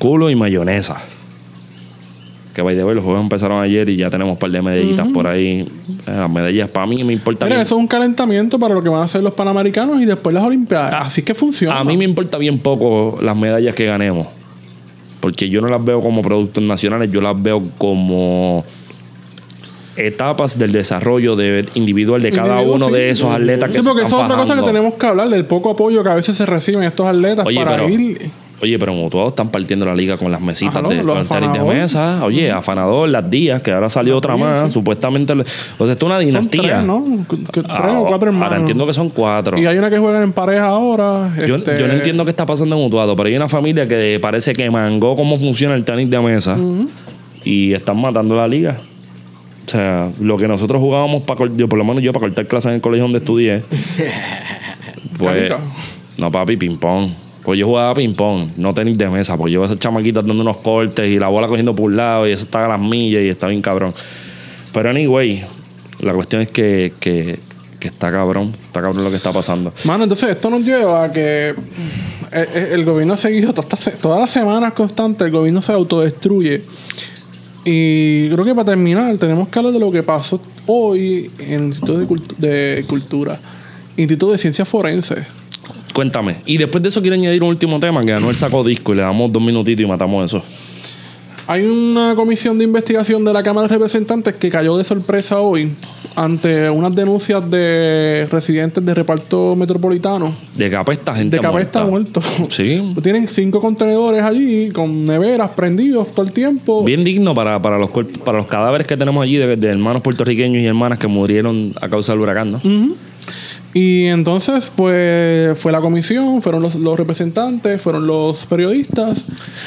S1: culo y mayonesa. Que by the way, los juegos empezaron ayer y ya tenemos un par de medallitas por ahí. Eh, Las medallas para mí me importa
S3: Mira,
S1: bien.
S3: eso es un calentamiento para lo que van a hacer los panamericanos y después las olimpiadas. Así que funciona.
S1: Ah, A mí me importa bien poco las medallas que ganemos. Porque yo no las veo como productos nacionales, yo las veo como etapas del desarrollo de- individual de cada
S3: Individuo,
S1: uno
S3: sí.
S1: de esos atletas que
S3: Sí, porque
S1: se
S3: eso es
S1: están
S3: otra cosa que
S1: fajando.
S3: tenemos que hablar del poco apoyo que a veces se reciben estos atletas
S1: Oye,
S3: para
S1: pero-
S3: ir.
S1: Oye, pero mutuados están partiendo la liga con las mesitas
S3: Ajá, ¿no?
S1: de,
S3: Los
S1: con el tenis de
S3: afanadores.
S1: mesa. Oye, afanador, las días, que ahora salió otra más. Supuestamente. lo- O sea, esto es una
S3: Son
S1: dinastía.
S3: tres, ¿no? Que- que Tres
S1: Ah,
S3: o cuatro
S1: Ahora
S3: hermanos.
S1: entiendo que son cuatro.
S3: Y hay una que juegan en pareja ahora.
S1: Yo,
S3: este,
S1: yo no entiendo qué está pasando en Mutuado, pero hay una familia que parece que mangó cómo funciona el tenis de mesa y están matando la liga. O sea, lo que nosotros jugábamos para yo por lo menos yo para cortar clases en el colegio donde estudié. pues
S3: Canica.
S1: no papi, ping pong. Pues yo jugaba ping pong, no tenis de mesa, porque yo veo a esas chamaquitas dando unos cortes y la bola cogiendo por un lado y eso está a las millas y está bien cabrón. Pero anyway, la cuestión es que, que, que está cabrón, está cabrón lo que está pasando.
S3: Mano, entonces esto nos lleva a que el, el- el gobierno ha seguido todas estas se- todas las semanas constantes, el gobierno se autodestruye. Y creo que para terminar, tenemos que hablar de lo que pasó hoy en el Instituto de, Cultu- de Cultura, Instituto de Ciencias Forenses.
S1: Cuéntame. Y después de eso quiero añadir un último tema que ganó el saco disco y le damos dos minutitos y matamos eso.
S3: Hay una comisión de investigación de la Cámara de Representantes que cayó de sorpresa hoy ante unas denuncias de residentes de reparto metropolitano
S1: De capa esta gente.
S3: de que está muerto.
S1: Sí.
S3: Pues Tienen cinco contenedores allí con neveras prendidos todo el tiempo.
S1: Bien digno para, para los cuerpos, para los
S3: Mm.
S1: cadáveres que tenemos allí de, de hermanos puertorriqueños y hermanas que murieron a causa del huracán, ¿no?
S3: Ujú. Y entonces, pues, fue la comisión, fueron los, los representantes, fueron los periodistas.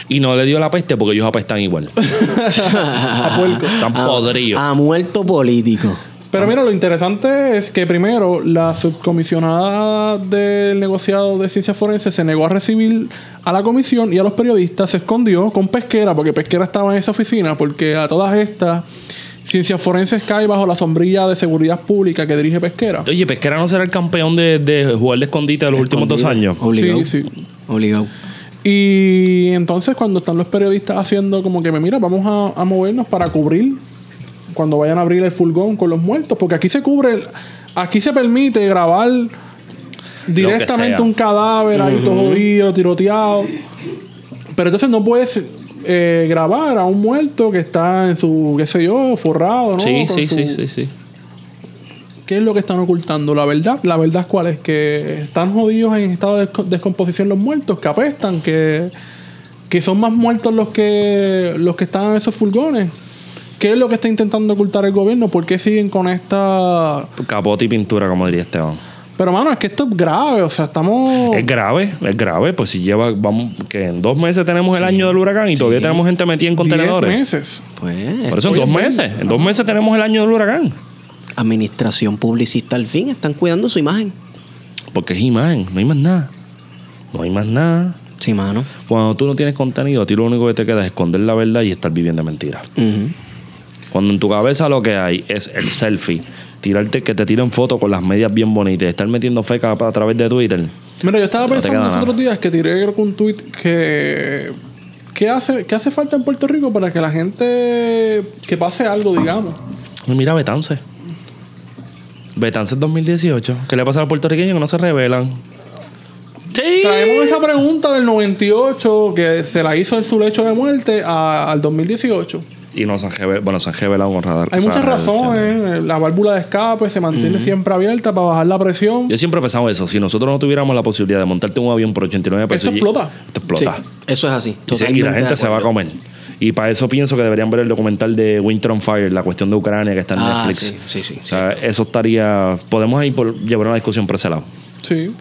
S1: Y no le dio la peste porque ellos apestan igual.
S3: a puerco.
S1: Están
S3: ah.
S1: podridos.
S4: A muerto político.
S3: Pero mira, lo interesante es que primero la subcomisionada del negociado de ciencias forenses se negó a recibir a la comisión y a los periodistas, se escondió con Pesquera, porque Pesquera estaba en esa oficina, porque a todas estas ciencias forenses cae bajo la sombrilla de seguridad pública que dirige Pesquera.
S1: Oye, Pesquera no será el campeón de, de jugar de escondite de los últimos dos años.
S3: Oh,
S4: Obligado.
S3: Sí, sí.
S4: Obligado.
S3: Y entonces cuando están los periodistas haciendo como que, mira, vamos a, a movernos para cubrir cuando vayan a abrir el furgón con los muertos, porque aquí se cubre, aquí se permite grabar directamente
S1: sea.
S3: un cadáver ahí todo jodido, tiroteado. Pero entonces no puedes eh, grabar a un muerto que está en su, qué sé yo, forrado, ¿no?
S1: Sí,
S3: Con
S1: sí,
S3: su-
S1: sí, sí, sí.
S3: ¿Qué es lo que están ocultando? La verdad, la verdad cuál es que están jodidos en estado de desco- descomposición los muertos, que apestan, que, que son más muertos los que los que están en esos furgones. ¿Qué es lo que está intentando ocultar el gobierno? ¿Por qué siguen con esta
S1: Capote y pintura, como diría Esteban.
S3: Pero mano, es que esto es grave, o sea, estamos
S1: Es grave, es grave. Pues si lleva, vamos, que en dos meses tenemos el año del huracán y todavía tenemos gente metida en
S3: 10
S1: contenedores.
S3: meses.
S4: Pues,
S1: Por eso en dos meses, en dos meses tenemos el año del huracán.
S4: administración publicista al fin, están cuidando su imagen.
S1: Porque es imagen, no hay más nada. No hay más nada.
S4: Sí, mano.
S1: Cuando tú no tienes contenido, a ti lo único que te queda es esconder la verdad y estar viviendo mentiras.
S4: Ujú.
S1: Cuando en tu cabeza lo que hay es el selfie, tirarte que te tiren fotos con las medias bien bonitas, estar metiendo feca a través de Twitter.
S3: Mira, yo estaba
S1: No te
S3: pensando
S1: queda
S3: los
S1: nada.
S3: otros días que tiré creo que un tweet que ¿qué hace qué hace falta en Puerto Rico para que la gente que pase algo, digamos?
S1: Y Pues Mira Betance. Betance 2018. ¿Qué le pasa a los puertorriqueños que no se revelan? Sí.
S3: Traemos esa pregunta del 98 que se la hizo en su lecho de muerte a- al 2018.
S1: Y no se han revelado. Bueno, se han revelado con radar.
S3: Hay eh. muchas
S1: radar-
S3: razones. La válvula de escape se mantiene siempre abierta para bajar la presión.
S1: Yo siempre he pensado eso. Si nosotros no tuviéramos la posibilidad de montarte un avión por 89 pesos.
S3: Esto
S1: y-
S3: explota.
S1: Esto explota.
S4: Sí, eso es así.
S1: Y, se- y la
S4: Totalmente
S1: gente
S4: de
S1: se va a
S4: acuerdo.
S1: comer. Y para eso pienso que deberían ver el documental de Winter on Fire, la cuestión de Ucrania que está en
S4: Ah,
S1: Netflix.
S4: sí, sí, sí,
S1: O sea, eso estaría. Podemos ahí por, llevar una discusión por ese lado.
S3: Sí.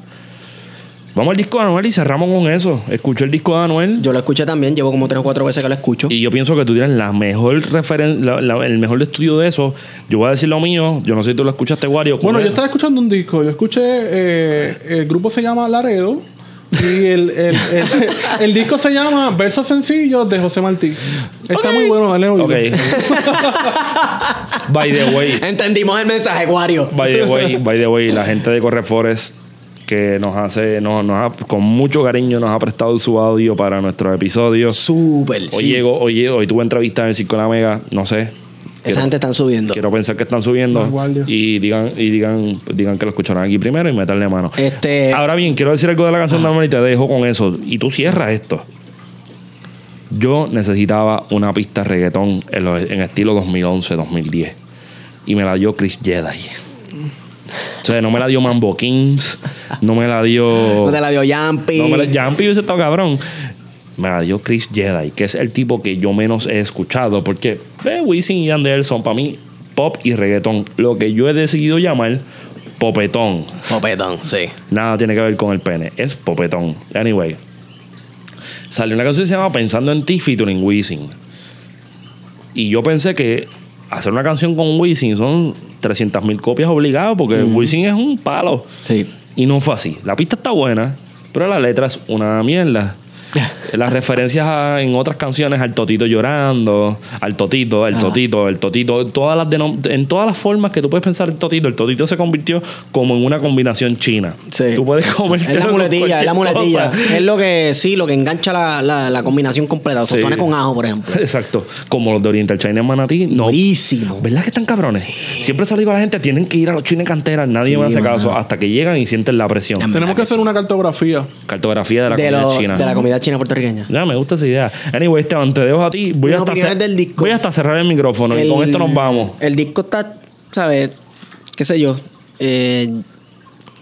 S1: Vamos al disco de Anuel y cerramos con eso. Escuché el disco de Anuel.
S4: Yo lo escuché también, llevo como tres o cuatro veces que lo escucho.
S1: Y yo pienso que tú tienes la mejor referen- la- la- el mejor estudio de eso. Yo voy a decir lo mío. Yo no sé si tú lo escuchaste, Wario.
S3: Bueno,
S1: ¿Cómo
S3: yo
S1: es?
S3: estaba escuchando un disco. Yo escuché. eh, el grupo se llama Laredo. Y el, el, el, el disco se llama Versos Sencillos de José Martí. Está muy bueno, dale oído.
S1: Ok. by the way.
S4: Entendimos el mensaje, Wario.
S1: By the way, by the way, la gente de Correforest que nos hace, nos, nos ha- con mucho cariño nos ha prestado su audio para nuestro episodio.
S4: Súper.
S1: Hoy
S4: sí.
S1: llegó, hoy, llegó- hoy tuve entrevista en el Circo de la Mega, no sé.
S4: Esa
S1: Quiero,
S4: gente están subiendo.
S1: quiero pensar que están subiendo.
S3: Más guardia.
S1: Y digan, y digan, digan que lo escucharon aquí primero y meterle mano.
S2: Eh,
S4: Este. Ah.
S1: Ahora bien, quiero decir algo de la canción de Anuel y te dejo con eso. Y tú cierras esto. Yo necesitaba una pista de reggaetón en, los- en estilo 2011-2010. Y me la dio Chris Jedi. O sea, no me la dio Mambo Kings, no me la dio...
S4: No te la dio Yampi.
S1: No, me la, Jumpy hubiese estado cabrón. Me la dio Chris Jedi, que es el tipo que yo menos he escuchado, porque eh, Wisin y Yandel son para mí pop y reggaetón. Lo que yo he decidido llamar popetón.
S4: Popetón, sí.
S1: Nada tiene que ver con el pene, es popetón. Anyway, salió una canción que se llama Pensando en ti featuring Wisin. Y yo pensé que hacer una canción con Wisin son 300.000 copias obligadas, porque Wisin es un palo.
S4: Sí.
S1: Y no fue así. La pista está buena, pero la letra es una mierda. Las referencias a- en otras canciones al Totito llorando, al Totito, el Totito, el Totito, en todas las denom- en todas las formas que tú puedes pensar el Totito, el Totito se convirtió como en una combinación china.
S4: Sí.
S1: Tú puedes comer
S4: Es la muletilla, es la muletilla. Es lo que, sí, lo que engancha la, la, la combinación completa.
S1: Sí.
S4: Sotones con ajo, por ejemplo.
S1: Exacto. Como los de Oriental China en Manatí, no
S4: Buenísimo.
S1: ¿Verdad que están cabrones? Siempre se lo digo a la gente, tienen que ir a los chinos canteras, nadie
S4: Sí,
S1: me hace
S4: mano.
S1: caso hasta que llegan y sienten la presión.
S4: Am-
S3: Tenemos que hacer una cartografía.
S1: Cartografía de la
S4: De,
S1: comida
S4: lo-
S1: china.
S4: de la comida china puertorriqueña.
S1: Ya, me gusta esa idea. Anyway, Esteban, te dejo a ti. Voy,
S4: Mis
S1: hasta,
S4: opiniones del disco.
S1: voy hasta cerrar el micrófono y con esto nos vamos.
S4: El disco está, ¿sabes? ¿Qué sé yo? Eh,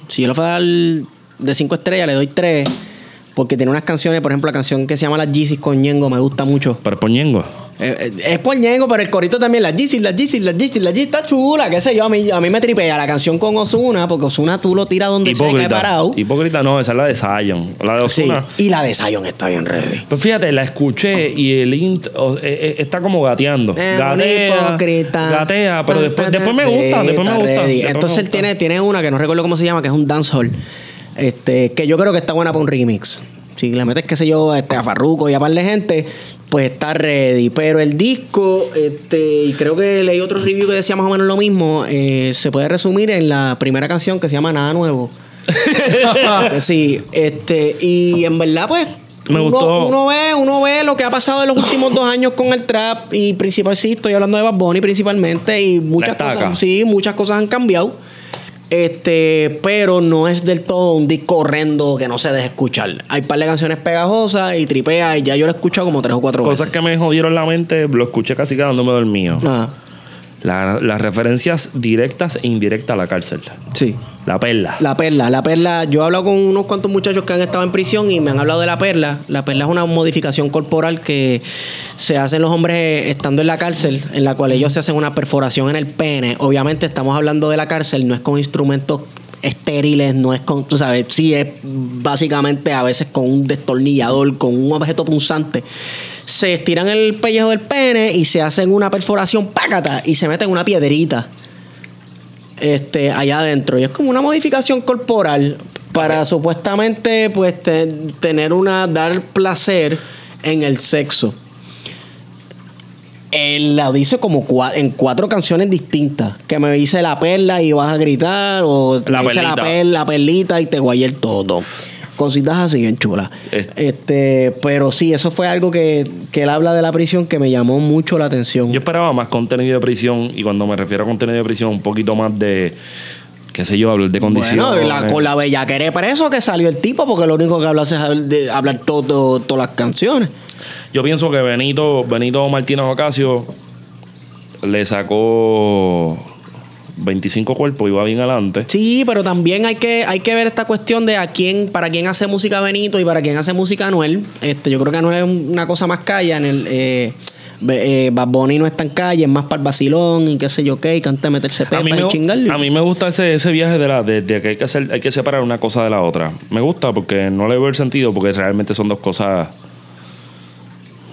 S4: si yo lo fuera a dar de 5 estrellas, le doy 3. Porque tiene unas canciones, por ejemplo, la canción que se llama Las Yeezys con Ñengo, me gusta mucho.
S1: Pero es por Ñengo.
S4: Eh, eh, Es por ñengo, pero el corito también, la Yeezy, la Yeezy, la Yeezy, la Yeezy está chula, qué sé yo, a mí, a mí me tripea la canción con Osuna, porque Osuna tú lo tiras donde sea que he
S1: Hipócrita.
S4: parado.
S1: Hipócrita no, esa es la de Zion. La de
S4: Sí,
S1: Osuna.
S4: y la de Zion está bien ready.
S1: Pues fíjate, la escuché y el int o- eh, eh, está como gateando.
S4: Es un
S1: gatea,
S4: hipócrita.
S1: gatea, pero después, después me gusta,
S4: Sí,
S1: después me
S4: está
S1: gusta.
S4: ready.
S1: después me
S4: Entonces él
S1: gusta.
S4: tiene, tiene una que no recuerdo cómo se llama, que es un dancehall. Este, que yo creo que está buena para un remix. Si le metes, qué sé yo, este, a Farruko y a par de gente, pues está ready. Pero el disco, este, y creo que leí otro review que decía más o menos lo mismo, eh, se puede resumir en la primera canción que se llama Nada Nuevo. sí, este, y en verdad, pues.
S1: Me
S4: uno-
S1: gustó.
S4: uno ve, uno ve lo que ha pasado en los últimos dos años con el trap y principal sí, estoy hablando de Bad Bunny principalmente y muchas
S1: estaca.
S4: cosas, sí, muchas cosas han cambiado. Este, pero no es del todo un disco horrendo que no se deje escuchar. Hay un par de canciones pegajosas y tripea y ya yo lo he escuchado como tres o cuatro
S1: Cosas
S4: veces.
S1: que me jodieron la mente, lo escuché casi quedándome dormido.
S4: Ah,
S1: La- las referencias directas e indirectas a la cárcel.
S4: sí.
S1: La perla.
S4: La perla, la perla. Yo he hablado con unos cuantos muchachos que han estado en prisión y me han hablado de la perla. La perla es una modificación corporal que se hacen los hombres estando en la cárcel, en la cual ellos se hacen una perforación en el pene. Obviamente estamos hablando de la cárcel, no es con instrumentos estériles, no es con, tú sabes, sí es básicamente a veces con un destornillador, con un objeto punzante. Se estiran el pellejo del pene y se hacen una perforación pácata y se meten una piedrita este, allá adentro. Y es como una modificación corporal para supuestamente pues te- tener una, dar placer en el sexo. Él la dice como cua- en cuatro canciones distintas. Que me dice la perla y vas a gritar, o
S1: La
S4: me dice la
S1: perlita.
S4: perla, perlita y te guayé el todo. Cositas así bien chulas.
S1: Eh.
S4: Este, pero sí, eso fue algo que, que él habla de la prisión que me llamó mucho la atención.
S1: Yo esperaba más contenido de prisión y cuando me refiero a contenido de prisión, un poquito más de, qué sé yo, hablar de Eh, condiciones.
S4: Bueno, la, con la bellaquera de preso que salió el tipo, porque lo único que habla es hab- de hablar todo, todo- todas las canciones.
S1: Yo pienso que Benito, Benito Martínez Ocasio le sacó 25 cuerpos y va bien adelante.
S4: Sí, pero también hay que, hay que ver esta cuestión de a quién, para quién hace música Benito y para quién hace música Anuel. Este, yo creo que Anuel es un- una cosa más calla en el eh, be- eh, Bad Bunny no está en calle, es más para el vacilón y qué sé yo qué, y canta meterse
S1: A
S4: pepa
S1: mí,
S4: y
S1: me,
S4: chingarle.
S1: a mí me gusta ese, ese viaje de, la, de, de que hay que, hacer, hay que separar una cosa de la otra. Me gusta porque no le veo el sentido porque realmente son dos cosas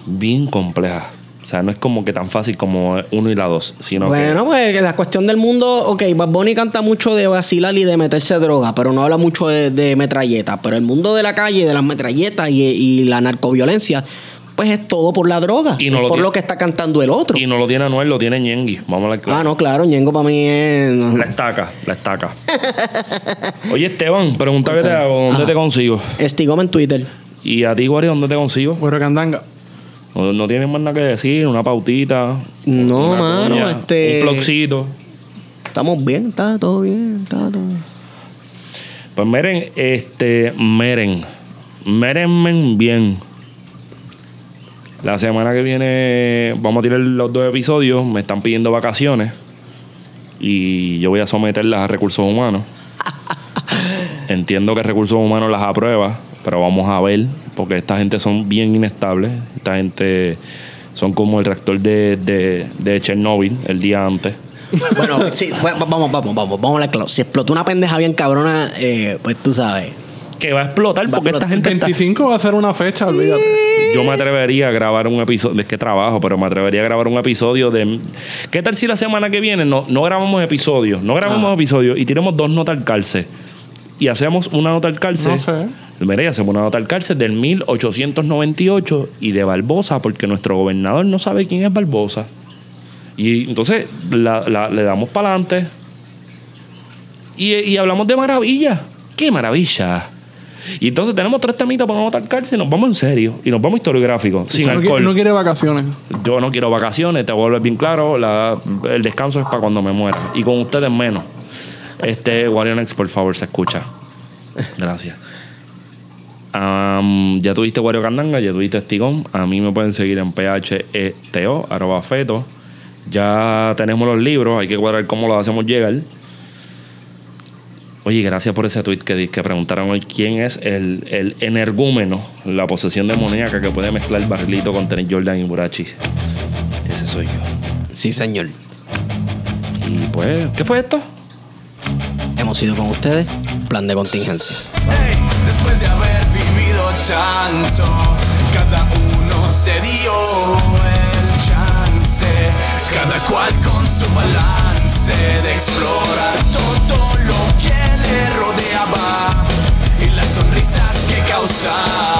S1: bien complejas. O sea, no es como que tan fácil como uno y la dos, sino que...
S4: Bueno, pues la cuestión del mundo, ok, Bad Bunny canta mucho de vacilar y de meterse droga, pero no habla mucho de, de metralletas. Pero el mundo de la calle, de las metralletas y, y la narcoviolencia, pues es todo por la droga,
S1: Y no
S4: pues, es
S1: lo
S4: por
S1: tiene.
S4: lo que está cantando el otro.
S1: Y no lo tiene Anuel, lo tiene Ñengi. Vamos a la
S4: Ah, no, claro, Ñengo para mí es...
S1: La estaca, la estaca. Oye, Esteban, pregunta que te hago, ¿dónde
S4: Ajá.
S1: te consigo?
S4: Estigoma en Twitter.
S1: Y a ti, Guari, ¿dónde te consigo?
S3: Güero Candanga.
S1: No, no tienes más nada que decir, una pautita.
S4: No,
S1: una
S4: mano,
S1: coña,
S4: este-
S1: Un blogcito.
S4: Estamos bien, está todo bien, está todo bien.
S1: Pues miren, este, miren, miren bien. La semana que viene vamos a tirar los dos episodios. Me están pidiendo vacaciones. Y yo voy a someterlas a recursos humanos. Entiendo que recursos humanos las aprueba, pero vamos a ver, porque esta gente son bien inestables. Esta gente son como el reactor de, de, de Chernobyl el día antes.
S4: Bueno, sí, bueno, vamos, vamos, vamos, vamos a la clave. Si explotó una pendeja bien cabrona, eh, pues tú sabes.
S1: Que va a explotar
S4: Va a
S1: porque esta
S4: explotar.
S1: gente está-
S3: 25 va a ser una fecha, olvídate.
S1: Yo me atrevería a grabar un episodio, es que trabajo, pero me atrevería a grabar un episodio de... ¿Qué tal si la semana que viene no, no grabamos episodios? No grabamos
S3: Ah.
S1: episodios y tiramos dos notas al cárcel. Y hacemos una nota al cárcel.
S3: No sé.
S1: Mira, y hacemos una nota al cárcel del 1898 y de Barbosa, porque nuestro gobernador no sabe quién es Barbosa. Y entonces la- la- le damos para adelante. Y, y hablamos de maravilla. ¡Qué maravilla! Y entonces tenemos tres temitas para no atacarse y nos vamos en serio. Y nos vamos historiográficos. Sin
S3: no, quiere,
S1: alcohol.
S3: no quiere vacaciones.
S1: Yo no quiero vacaciones, te voy a volver bien claro. la- el descanso es para cuando me muera. Y con ustedes menos. Este WarioNex, por favor, se escucha. Gracias. Am, ya tuviste Wario Candanga, ya tuviste Estigón. A mí me pueden seguir en pheto, arroba feto. Ya tenemos los libros, hay que cuadrar cómo los hacemos llegar. Oye, gracias por ese tweet que, di- que preguntaron hoy quién es el, el energúmeno, la posesión demoníaca que puede mezclar barrilito con tenis Jordan y Burachi. Ese soy yo.
S4: Sí, señor.
S1: Y pues, ¿qué fue esto?
S4: Hemos ido con ustedes. Plan de contingencia.
S5: Ey, después de haber vivido tanto, cada uno se dio el chance, cada cual con su balance de explorar todo lo que le rodeaba y las sonrisas que causaba.